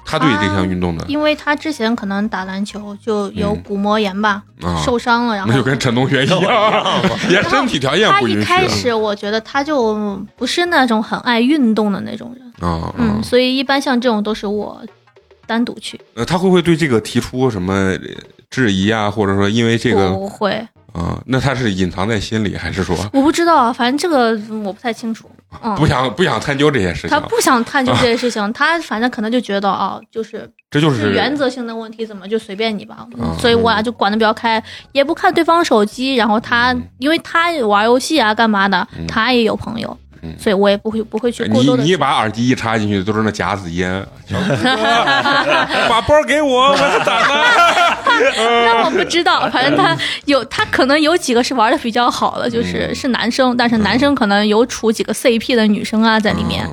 A: 他对这项运动的
E: 因为他之前可能打篮球就有
A: 嗯
E: 骨膜炎吧，
A: 啊，
E: 受伤了，然后
A: 那就跟陈同学一样， 也身体条件
E: 他
A: 不允
E: 一
A: 许啊
E: 开始我觉得他就不是那种很爱运动的那种人，
A: 啊。
E: 嗯，所以一般像这种都是我单独去，
A: 那他会不会对这个提出什么呃质疑啊？或者说因为这个
E: 不会，
A: 啊，那他是隐藏在心里，还是说
E: 我不知道啊，反正这个我不太清楚，嗯，
A: 不想不想探究这些事
E: 他
A: 情？
E: 不想探究这些事情，他反正可能就觉得啊，就是
A: 这就是是
E: 原则性的问题，怎么就随便你吧。
A: 啊
E: 所以我俩就管的比较开，也不看对方手机。然后他
A: 嗯，
E: 因为他玩游戏啊，干嘛的
A: 嗯，
E: 他也有朋友
A: 嗯，
E: 所以我也不会不会去过
A: 你
E: 多的。
A: 你把耳机一插进去，都是那夹子音。小哥哥 把包给我，我是咋了？
E: 那我不知 道，反正他有他可能有几个是玩的比较好的，就是
A: 嗯
E: 是男生，但是男生可能有处几个 CP 的女生啊 在里面。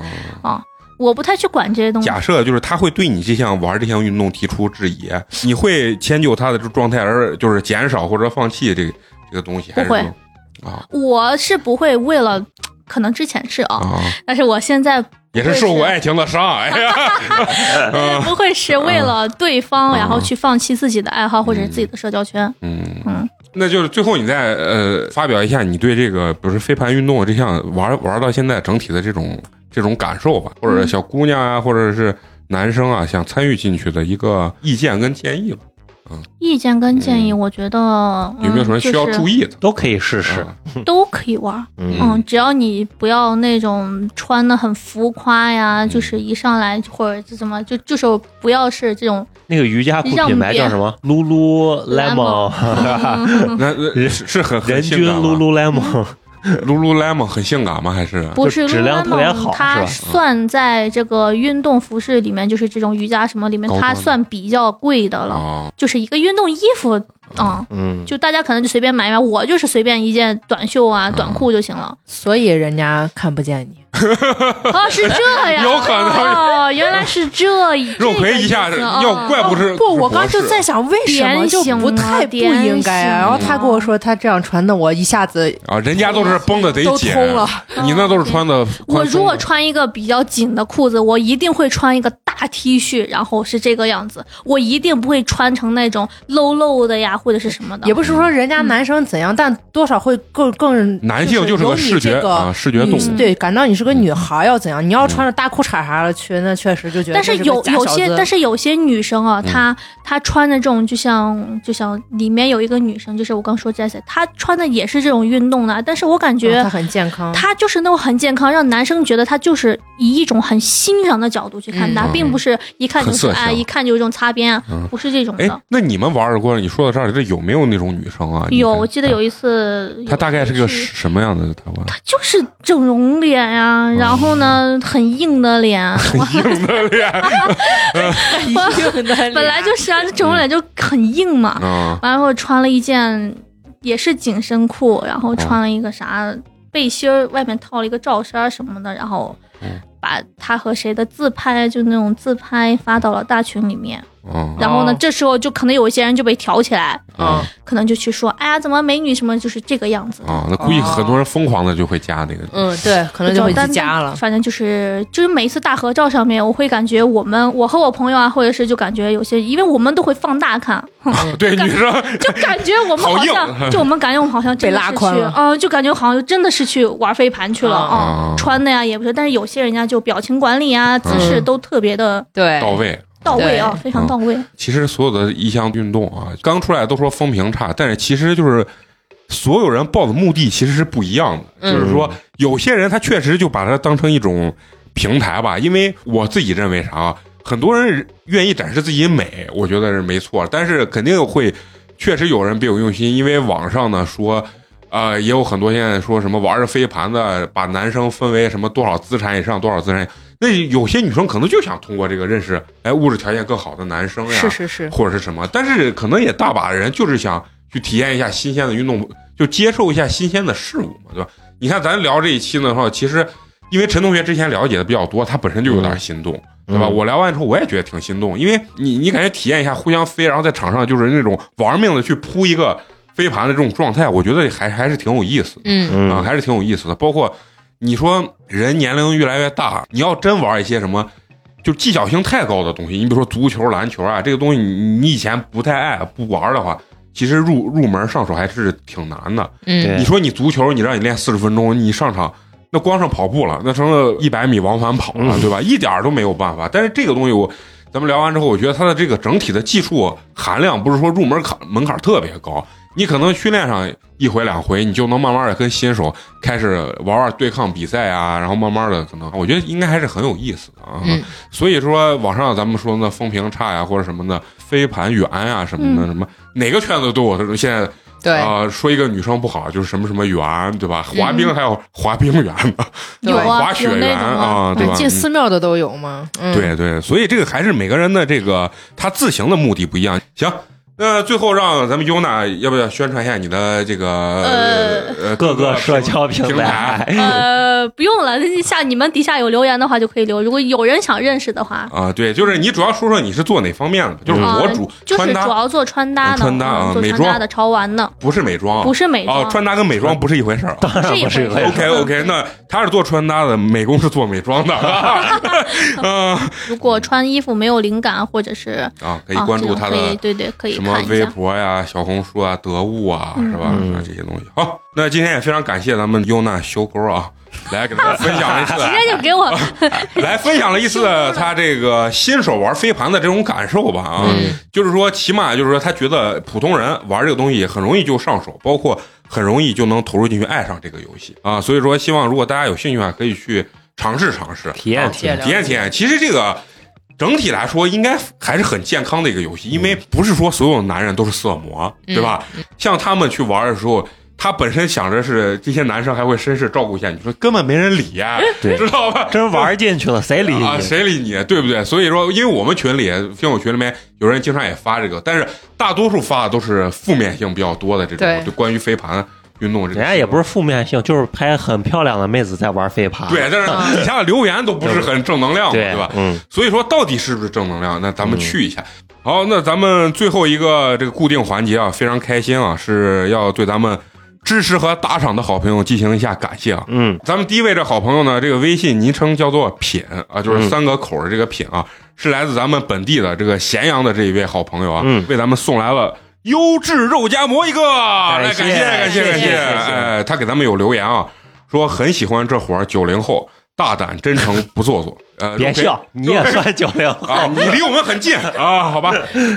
E: 我不太去管这些东
A: 嗯
E: 西，
A: 假设就是他会对你这项玩这项运动提出质疑，你会迁就他的状态而就是减少或者放弃这个这个东西，还是
E: 不会
A: 说啊？
E: 我是不会为了可能之前是啊，
A: 啊，
E: 但是我现在
A: 也是受过爱情的伤害呀。嗯
E: 不会是为了对
A: 啊
E: 方，然后去放弃自己的爱好或者是自己的社交圈。
A: 嗯
E: 嗯，
A: 那就是最后你再呃发表一下你对这个，比如说飞盘运动啊这项玩玩到现在整体的这种这种感受吧，或者小姑娘啊，或者是男生啊，想参与进去的一个意见跟建议吧，
E: 意见跟建议，我觉得
A: 嗯有没有什么需要注
E: 意？
A: 意的？
D: 都可以试试。
A: 啊
E: 就是都可以玩，
D: 嗯，
E: 嗯，只要你不要那种穿的很浮夸呀，
A: 嗯
E: 就是一上来或者是什么，就就是不要是这种
D: 那个瑜伽裤品牌叫什么？Lululemon，
A: 那那
E: 嗯
A: 是是很很
D: 人
A: 性
D: 均
A: 感吗
D: Lululemon。
A: Lululemon 很性感吗？还是
E: 不是
D: 质量特别好
E: Lululemon，它
A: 嗯
D: 是
E: 算在这个运动服饰里面，就是这种瑜伽什么里面
A: 高，端
E: 它算比较贵的了，
A: 啊？
E: 就是一个运动衣服，嗯，
D: 嗯，
E: 就大家可能就随便买买，我就是随便一件短袖
A: 嗯
E: 啊、短裤就 行了。
B: 所以人家看不见你。
E: 哦，是这样，
A: 有可能
E: 哦，原来是这一
A: 肉葵一下
E: 这个意思
A: 要怪
E: 哦
A: 不是
B: 不，我刚就
A: 博士
B: 在想，为什么就不太不应该啊？
E: 典型啊
B: 然后他跟我说他这样穿的，我一下子
A: 啊，人家都是绷的得
B: 都
A: 紧，
B: 通了
A: 你那都是穿的
E: 我
A: 宽
E: 如
A: 松
E: 果
A: 的。
E: 穿一个比较紧的裤子，我一定会穿一个大 T 恤，然后是这个样子，我一定不会穿成那种露露的呀，或者是什么的。
B: 也不是说人家男生怎
E: 嗯
B: 样，但多少会更更
A: 男性就是个
B: 有你
A: 视觉
B: 这个
A: 啊，视觉动物嗯
B: 嗯。对，感到你是个女孩要怎样？你要穿着大裤衩啥的去，那确实就觉得
E: 但
B: 这
E: 是
B: 是
E: 有有些，但
B: 是
E: 是有些女生啊，她她穿的这种，就像就像里面有一个女生，就是我刚说 Jesse，她穿的也是这种运动的，但是我感觉
B: 他很健康，
E: 她就是那种很健康，让男生觉得她就是以一种很欣赏的角度去看她，
A: 嗯
E: 并不是一看就是
A: 很色情
E: 哎，一看就是这种擦边啊，
A: 嗯
E: 不是这种
A: 哎
E: 的。，
A: 那你们玩过？你说到这儿，这有没有那种女生啊？
E: 有，
A: 你看
E: 我记得有一次，
A: 她大概是个
E: 去
A: 什么样的台湾？
E: 就是整容脸呀、
A: 哦
E: 然后呢，很硬的脸，啊
A: 硬 的脸
E: 本来就是啊，这整容脸就很硬嘛。
A: 啊，
E: 然后穿了一件也是紧身裤，然
A: 哦
E: 后穿了一个啥背心儿，外面套了一个罩衫儿什么的，然后
A: 嗯
E: 把他和谁的自拍，就那种自拍发到了大群里面。
A: 啊
E: 然后呢
B: 哦，
E: 这时候就可能有一些人就被挑起来，
A: 啊
E: 可能就去说，哎呀，怎么美女什么就是这个样子。
A: 啊！那估计很多人疯狂的就会加那个。
B: 嗯，对，可能就会
E: 但
B: 去加了。
E: 反正就是就是每一次大合照上面，我会感觉我们我和我朋友啊，或者是就感觉有些，因为我们都会放大看，
A: 对，女生
E: 就感觉我们
A: 好
E: 好
A: 硬
E: 像，就我们感觉我们好像真
B: 被
E: 的
B: 拉
E: 是去
B: 宽了，
E: 嗯，就感觉好像真的是去玩飞盘去了
A: 啊
E: 啊，穿的呀也不是，但是有些人家就表情管理啊，姿势都特别的
B: 对
A: 到位。
E: 到位啊，
B: 嗯对嗯
E: 非常到位。
A: 其实所有的一项运动啊，刚出来都说风评差，但是其实就是所有人抱的目的其实是不一样的。
B: 嗯
A: 就是说，有些人他确实就把它当成一种平台吧，因为我自己认为啥啊，很多人愿意展示自己美，我觉得是没错，但是肯定会确实有人别有用心，因为网上呢说。呃，也有很多现在说什么玩着飞盘的，把男生分为什么多少资产以上，多少资产以，那有些女生可能就想通过这个认识，哎，物质条件更好的男生呀，
B: 是是是，
A: 或者是什么，但是可能也大把人就是想去体验一下新鲜的运动，就接受一下新鲜的事物嘛，对吧？你看咱聊这一期呢的话，其实因为陈同学之前了解的比较多，他本身就有点心动，对吧？
D: 嗯
A: 我聊完之后我也觉得挺心动，因为你你感觉体验一下互相飞，然后在场上就是那种玩命的去扑一个飞盘的这种状态，我觉得还还是挺有意思的。
B: 嗯，
A: 啊，
D: 嗯，
A: 还是挺有意思的。包括你说人年龄越来越大，你要真玩一些什么，就技巧性太高的东西，你比如说足球、篮球啊，这个东西你你以前不太爱不玩的话，其实入入门上手还是挺难的。
C: 嗯
D: 对
A: 你说你足球，你让你练四十分钟，你上场。那光上跑步了，那成了一百米往返跑了，
D: 嗯
A: 对吧？一点儿都没有办法。但是这个东西我，咱们聊完之后，我觉得它的这个整体的技术含量不是说入门槛门槛特别高，你可能训练上一回两回，你就能慢慢的跟新手开始玩玩对抗比赛啊，然后慢慢的可能，我觉得应该还是很有意思的啊。
B: 嗯
A: 所以说，网上咱们说那风评差呀、或啊者什么的，飞盘员呀、什么的，
E: 嗯
A: 什么哪个圈子都有这种。现在
B: 对
A: 啊、说一个女生不好就是什么什么员，对吧？滑冰
E: 嗯
A: 还有滑冰员呢，
B: 对
E: 有啊
A: 滑，雪
E: 有那
A: 员
E: 种啊，
A: 啊，对吧？
B: 进
A: 嗯
B: 寺庙的都有吗？嗯，
A: 对对，所以这个还是每个人的这个他自行的目的不一样。行，那最后让咱们优娜要不要宣传一下你的这个
E: 呃
A: 呃
D: 各个社交
A: 平
D: 平
A: 台
D: 台，
E: 呃，不用了，那下你们底下有留言的话就可以留，如果有人想认识的话，
A: 啊？对，就是你主要说说你是做哪方面的，就是
E: 嗯
A: 我主
E: 就是
A: 穿
E: 主
A: 搭
E: 要做穿搭的，
A: 穿搭啊
E: 嗯做
A: 美
E: 穿搭
A: 妆
E: 的潮玩的，
A: 不是美妆
E: 不是美
A: 啊，
E: 妆，
A: 穿搭跟美妆不是一回事儿啊。
D: 当然不是一回事
E: 对。
A: OK OK，那他是做穿搭的，美工是做美妆 的， 嗯
E: 如果穿衣服没有灵感，或者是
A: 啊，可以关注
E: 啊这种
A: 他
E: 可以
A: 的
E: 对对，可以
A: 什么
E: 看一
A: 微
E: 下。
A: 博呀、小红书啊、得物啊，是吧？
D: 嗯
A: 啊这些东西。好，那今天也非常感谢咱们优娜修沟啊，来给大家分享了一
E: 直接
A: 次，
E: 就给我，
A: 来分享了一次他这个新手玩飞盘的这种感受吧啊，
C: 嗯
A: 就是说起码就是说他觉得普通人玩这个东西很容易就上手，包括很容易就能投入进去，爱上这个游戏啊。所以说，希望如果大家有兴趣啊，可以去尝试尝试。
D: 体验体验，
A: 体验体验。其实这个整体来说，应该还是很健康的一个游戏，因为
D: 嗯
A: 不是说所有男人都是色魔，
C: 嗯
A: 对吧？像他们去玩的时候。他本身想着是这些男生还会绅士照顾一下你，说根本没人理呀、
D: 对
A: 知道吧？
D: 哎真玩进去了，谁理你？
A: 啊，谁理你，对不对？所以说，因为我们群里、听友群里面有人经常也发这个，但是大多数发的都是负面性比较多的这种，
B: 对
A: 就关于飞盘运动这个。
D: 人家也不是负面性，就是拍很漂亮的妹子在玩飞盘。
A: 对，但是底下的留言都不是很正能量嘛，
D: 对
A: 对吧？
D: 嗯，
A: 所以说到底是不是正能量？那咱们去一下。好，那咱们最后一个这个固定环节啊，非常开心啊，是要对咱们支持和打赏的好朋友进行一下感谢啊。
D: 嗯，
A: 咱们第一位这好朋友呢，这个微信昵称叫做“品”啊，就是
D: 嗯
A: 三个口儿的这个“品”啊，是来自咱们本地的这个咸阳的这一位好朋友啊，
D: 嗯
A: 为咱们送来了。优质肉夹馍一个，来
D: 谢
A: 感谢感谢
D: 谢谢
A: 感
D: 谢谢
A: 哎，他给咱们有留言啊，说很喜欢这伙儿九零后，大胆真诚不做作，呃，
D: 别
A: OK
D: 笑，你也算九零后。
A: 啊，你离我们很近啊，好吧。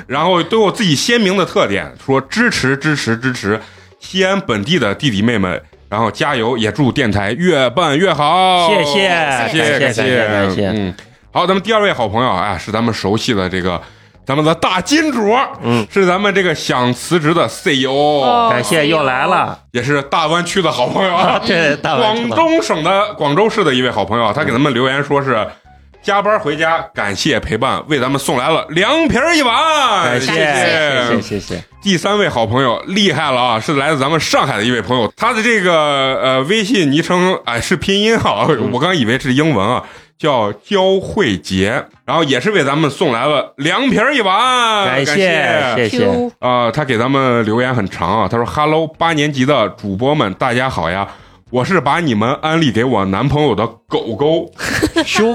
A: 然后都有自己鲜明的特点，说支持支持支持西安本地的弟弟妹妹，然后加油，也祝电台越办越好。
D: 谢谢
A: 感谢感
D: 谢谢感谢感谢
A: 嗯，好，咱们第二位好朋友啊，是咱们熟悉的这个。咱们的大金主，
D: 嗯，
A: 是咱们这个想辞职的 CEO，、
B: 哦
D: 感谢又来了，
A: 也是大湾区的好朋友啊，
D: 对，大碗
A: 广东省的广州市的一位好朋友，他给咱们留言说是加班回家，感谢陪伴，为咱们送来了凉皮儿一碗，
D: 感
A: 啊谢
D: 谢
A: 谢
D: 谢谢谢，
A: 第三位好朋友厉害了啊，是来自咱们上海的一位朋友，他的这个呃微信昵称哎、是拼音啊，
D: 嗯
A: 我刚以为是英文啊，叫焦慧杰，然后也是为咱们送来了凉皮儿一碗，啊感
D: 谢谢谢。
B: Q
A: 啊、他给咱们留言很长啊，他说：“Hello，八年级的主播们，大家好呀，我是把你们安利给我男朋友的狗狗
D: 修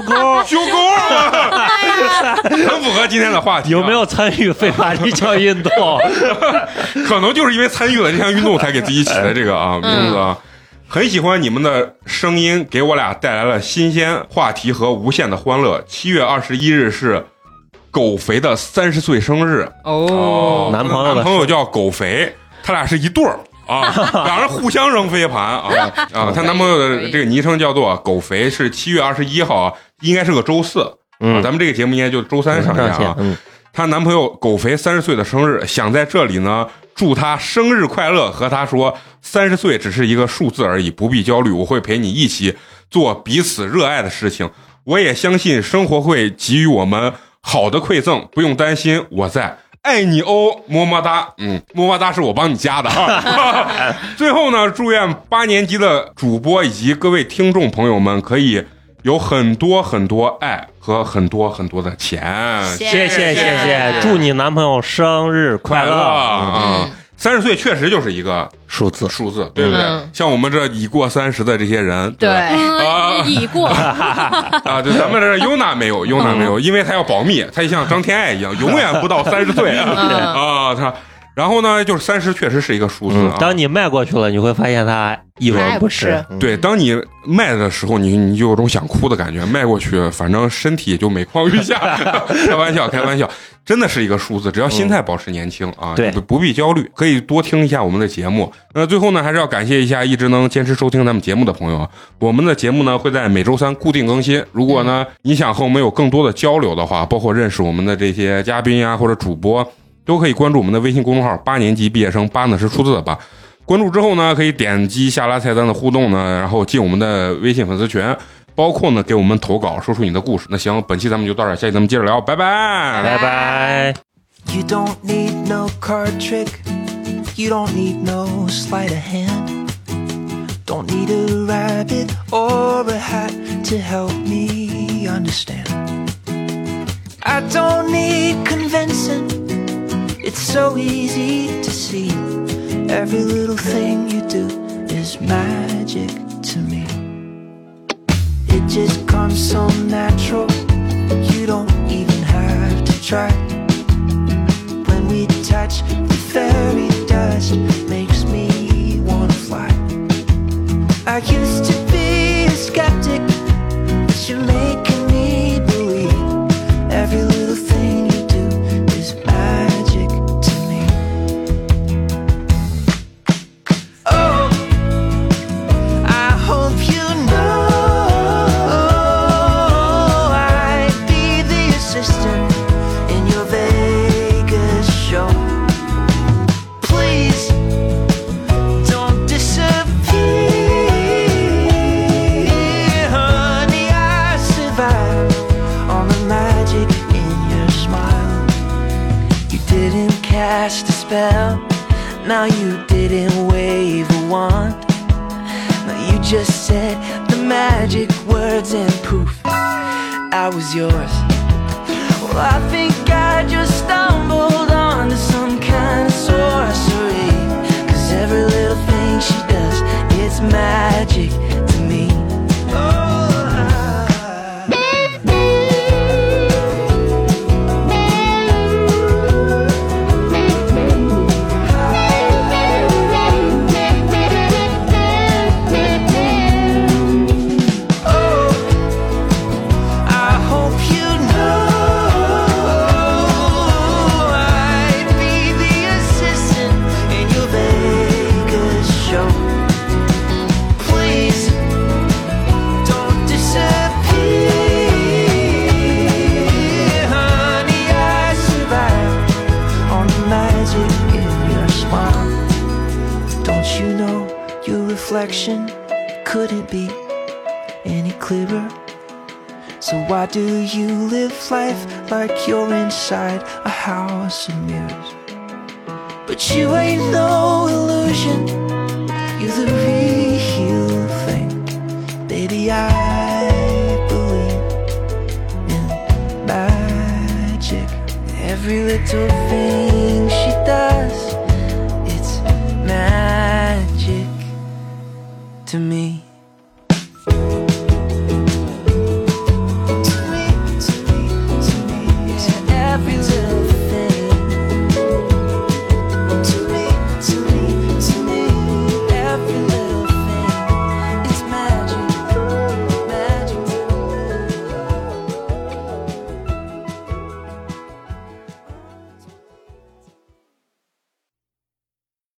D: 哥
A: 修狗啊， 很符合今天的话题、啊
D: 有没？有参与非法立交运 动？
A: 可能就是因为参与了这项运动，才给自己起的这个啊
D: 嗯
A: 名字啊。很喜欢你们的声音，给我俩带来了新鲜话题和无限的欢乐。七月二十一日是狗肥的三十岁生日，
B: 哦，
D: 男朋友的
A: 男朋友叫狗肥，他俩是一对儿 啊，俩人互相扔飞盘啊啊！她男朋友的这个昵称叫做狗肥，是七月二十一号，啊，应该是个周四。啊
D: 嗯，
A: 咱们这个节目应该就周三上
D: 上
A: 架啊
D: 线。，嗯，
A: 她男朋友狗肥三十岁的生日，想在这里呢祝她生日快乐，和她说三十岁只是一个数字而已，不必焦虑，我会陪你一起做彼此热爱的事情。我也相信生活会给予我们好的馈赠，不用担心，我在。爱你哦，么么哒，嗯，么么哒是我帮你加的啊。 最后呢，祝愿八年级的主播以及各位听众朋友们可以有很多很多爱和很多很多的钱。
D: 谢谢谢谢，祝你男朋友生日快
A: 乐
D: 乐！
A: 啊！三十岁确实就是一个
D: 数字
A: 数字，对不对？
C: 嗯
A: 像我们这已过三十的这些人，
B: 对
A: 吧啊
E: 嗯，已过，
A: 啊，对，咱们这 Yuna 没有，Yuna 没有，因为她要保密，她像张天爱一样，永远不到三十岁 啊！她，然后呢，就是三十确实是一个数字
D: 嗯，
A: 啊。
D: 当你迈过去了，你会发现他一文不值
B: 他也。
D: 嗯，
A: 对，当你迈的时候，你你就有种想哭的感觉，迈过去，反正身体也就每况愈下。 开玩笑，开玩笑，真的是一个数字，只要心态保持年轻啊，
D: 嗯对
A: 不不必焦虑，可以多听一下我们的节目。那最后呢，还是要感谢一下一直能坚持收听咱们节目的朋友啊。我们的节目呢会在每周三固定更新。如果
D: 嗯
A: 呢你想和我们有更多的交流的话，包括认识我们的这些嘉宾啊呀、或者主播，都可以关注我们的微信公众号“八年级毕业生”，八呢是数字的八。关注之后呢，可以点击下拉菜单的互动呢，然后进我们的微信粉丝群，包括呢给我们投稿，说出你的故事。那行，本期咱们就到这儿，下期咱们接着聊，拜拜
D: 拜拜。
F: You don't need no card trick. You don't need no sleight of hand. Don't need a rabbit or a hat to help me understand. I don't need convincing. It's so easy to see. Every little thing you do is magic to me. It just comes so natural. You don't even have to try. When we touch, the fairy dust makes me wanna fly. I used to be a skeptic, but you're making me believe every little thing you do is magic to me. Oh. I hope you know I'd be the assistant in your Vegas show. Please don't disappear, honey. I survived on the magic in your smile. You didn't cast a spell, now you didn't wave a wand. Now you just said the magic words and poof, I was yours. Well, I think I just stumbled onto some kind of sorcery. Cause every little thing she does, it's magic to me. Oh, I- I hope you know I'd be the assistant in your Vegas show. Please don't disappear, honey. I survived on the magic in your smile. Don't you know your reflection couldn't be any clearer? So why do you live life like you're inside a house of mirrors? But you ain't no illusion, you're the real thing. Baby, I believe in magic. Every little thing she does, it's magic to me.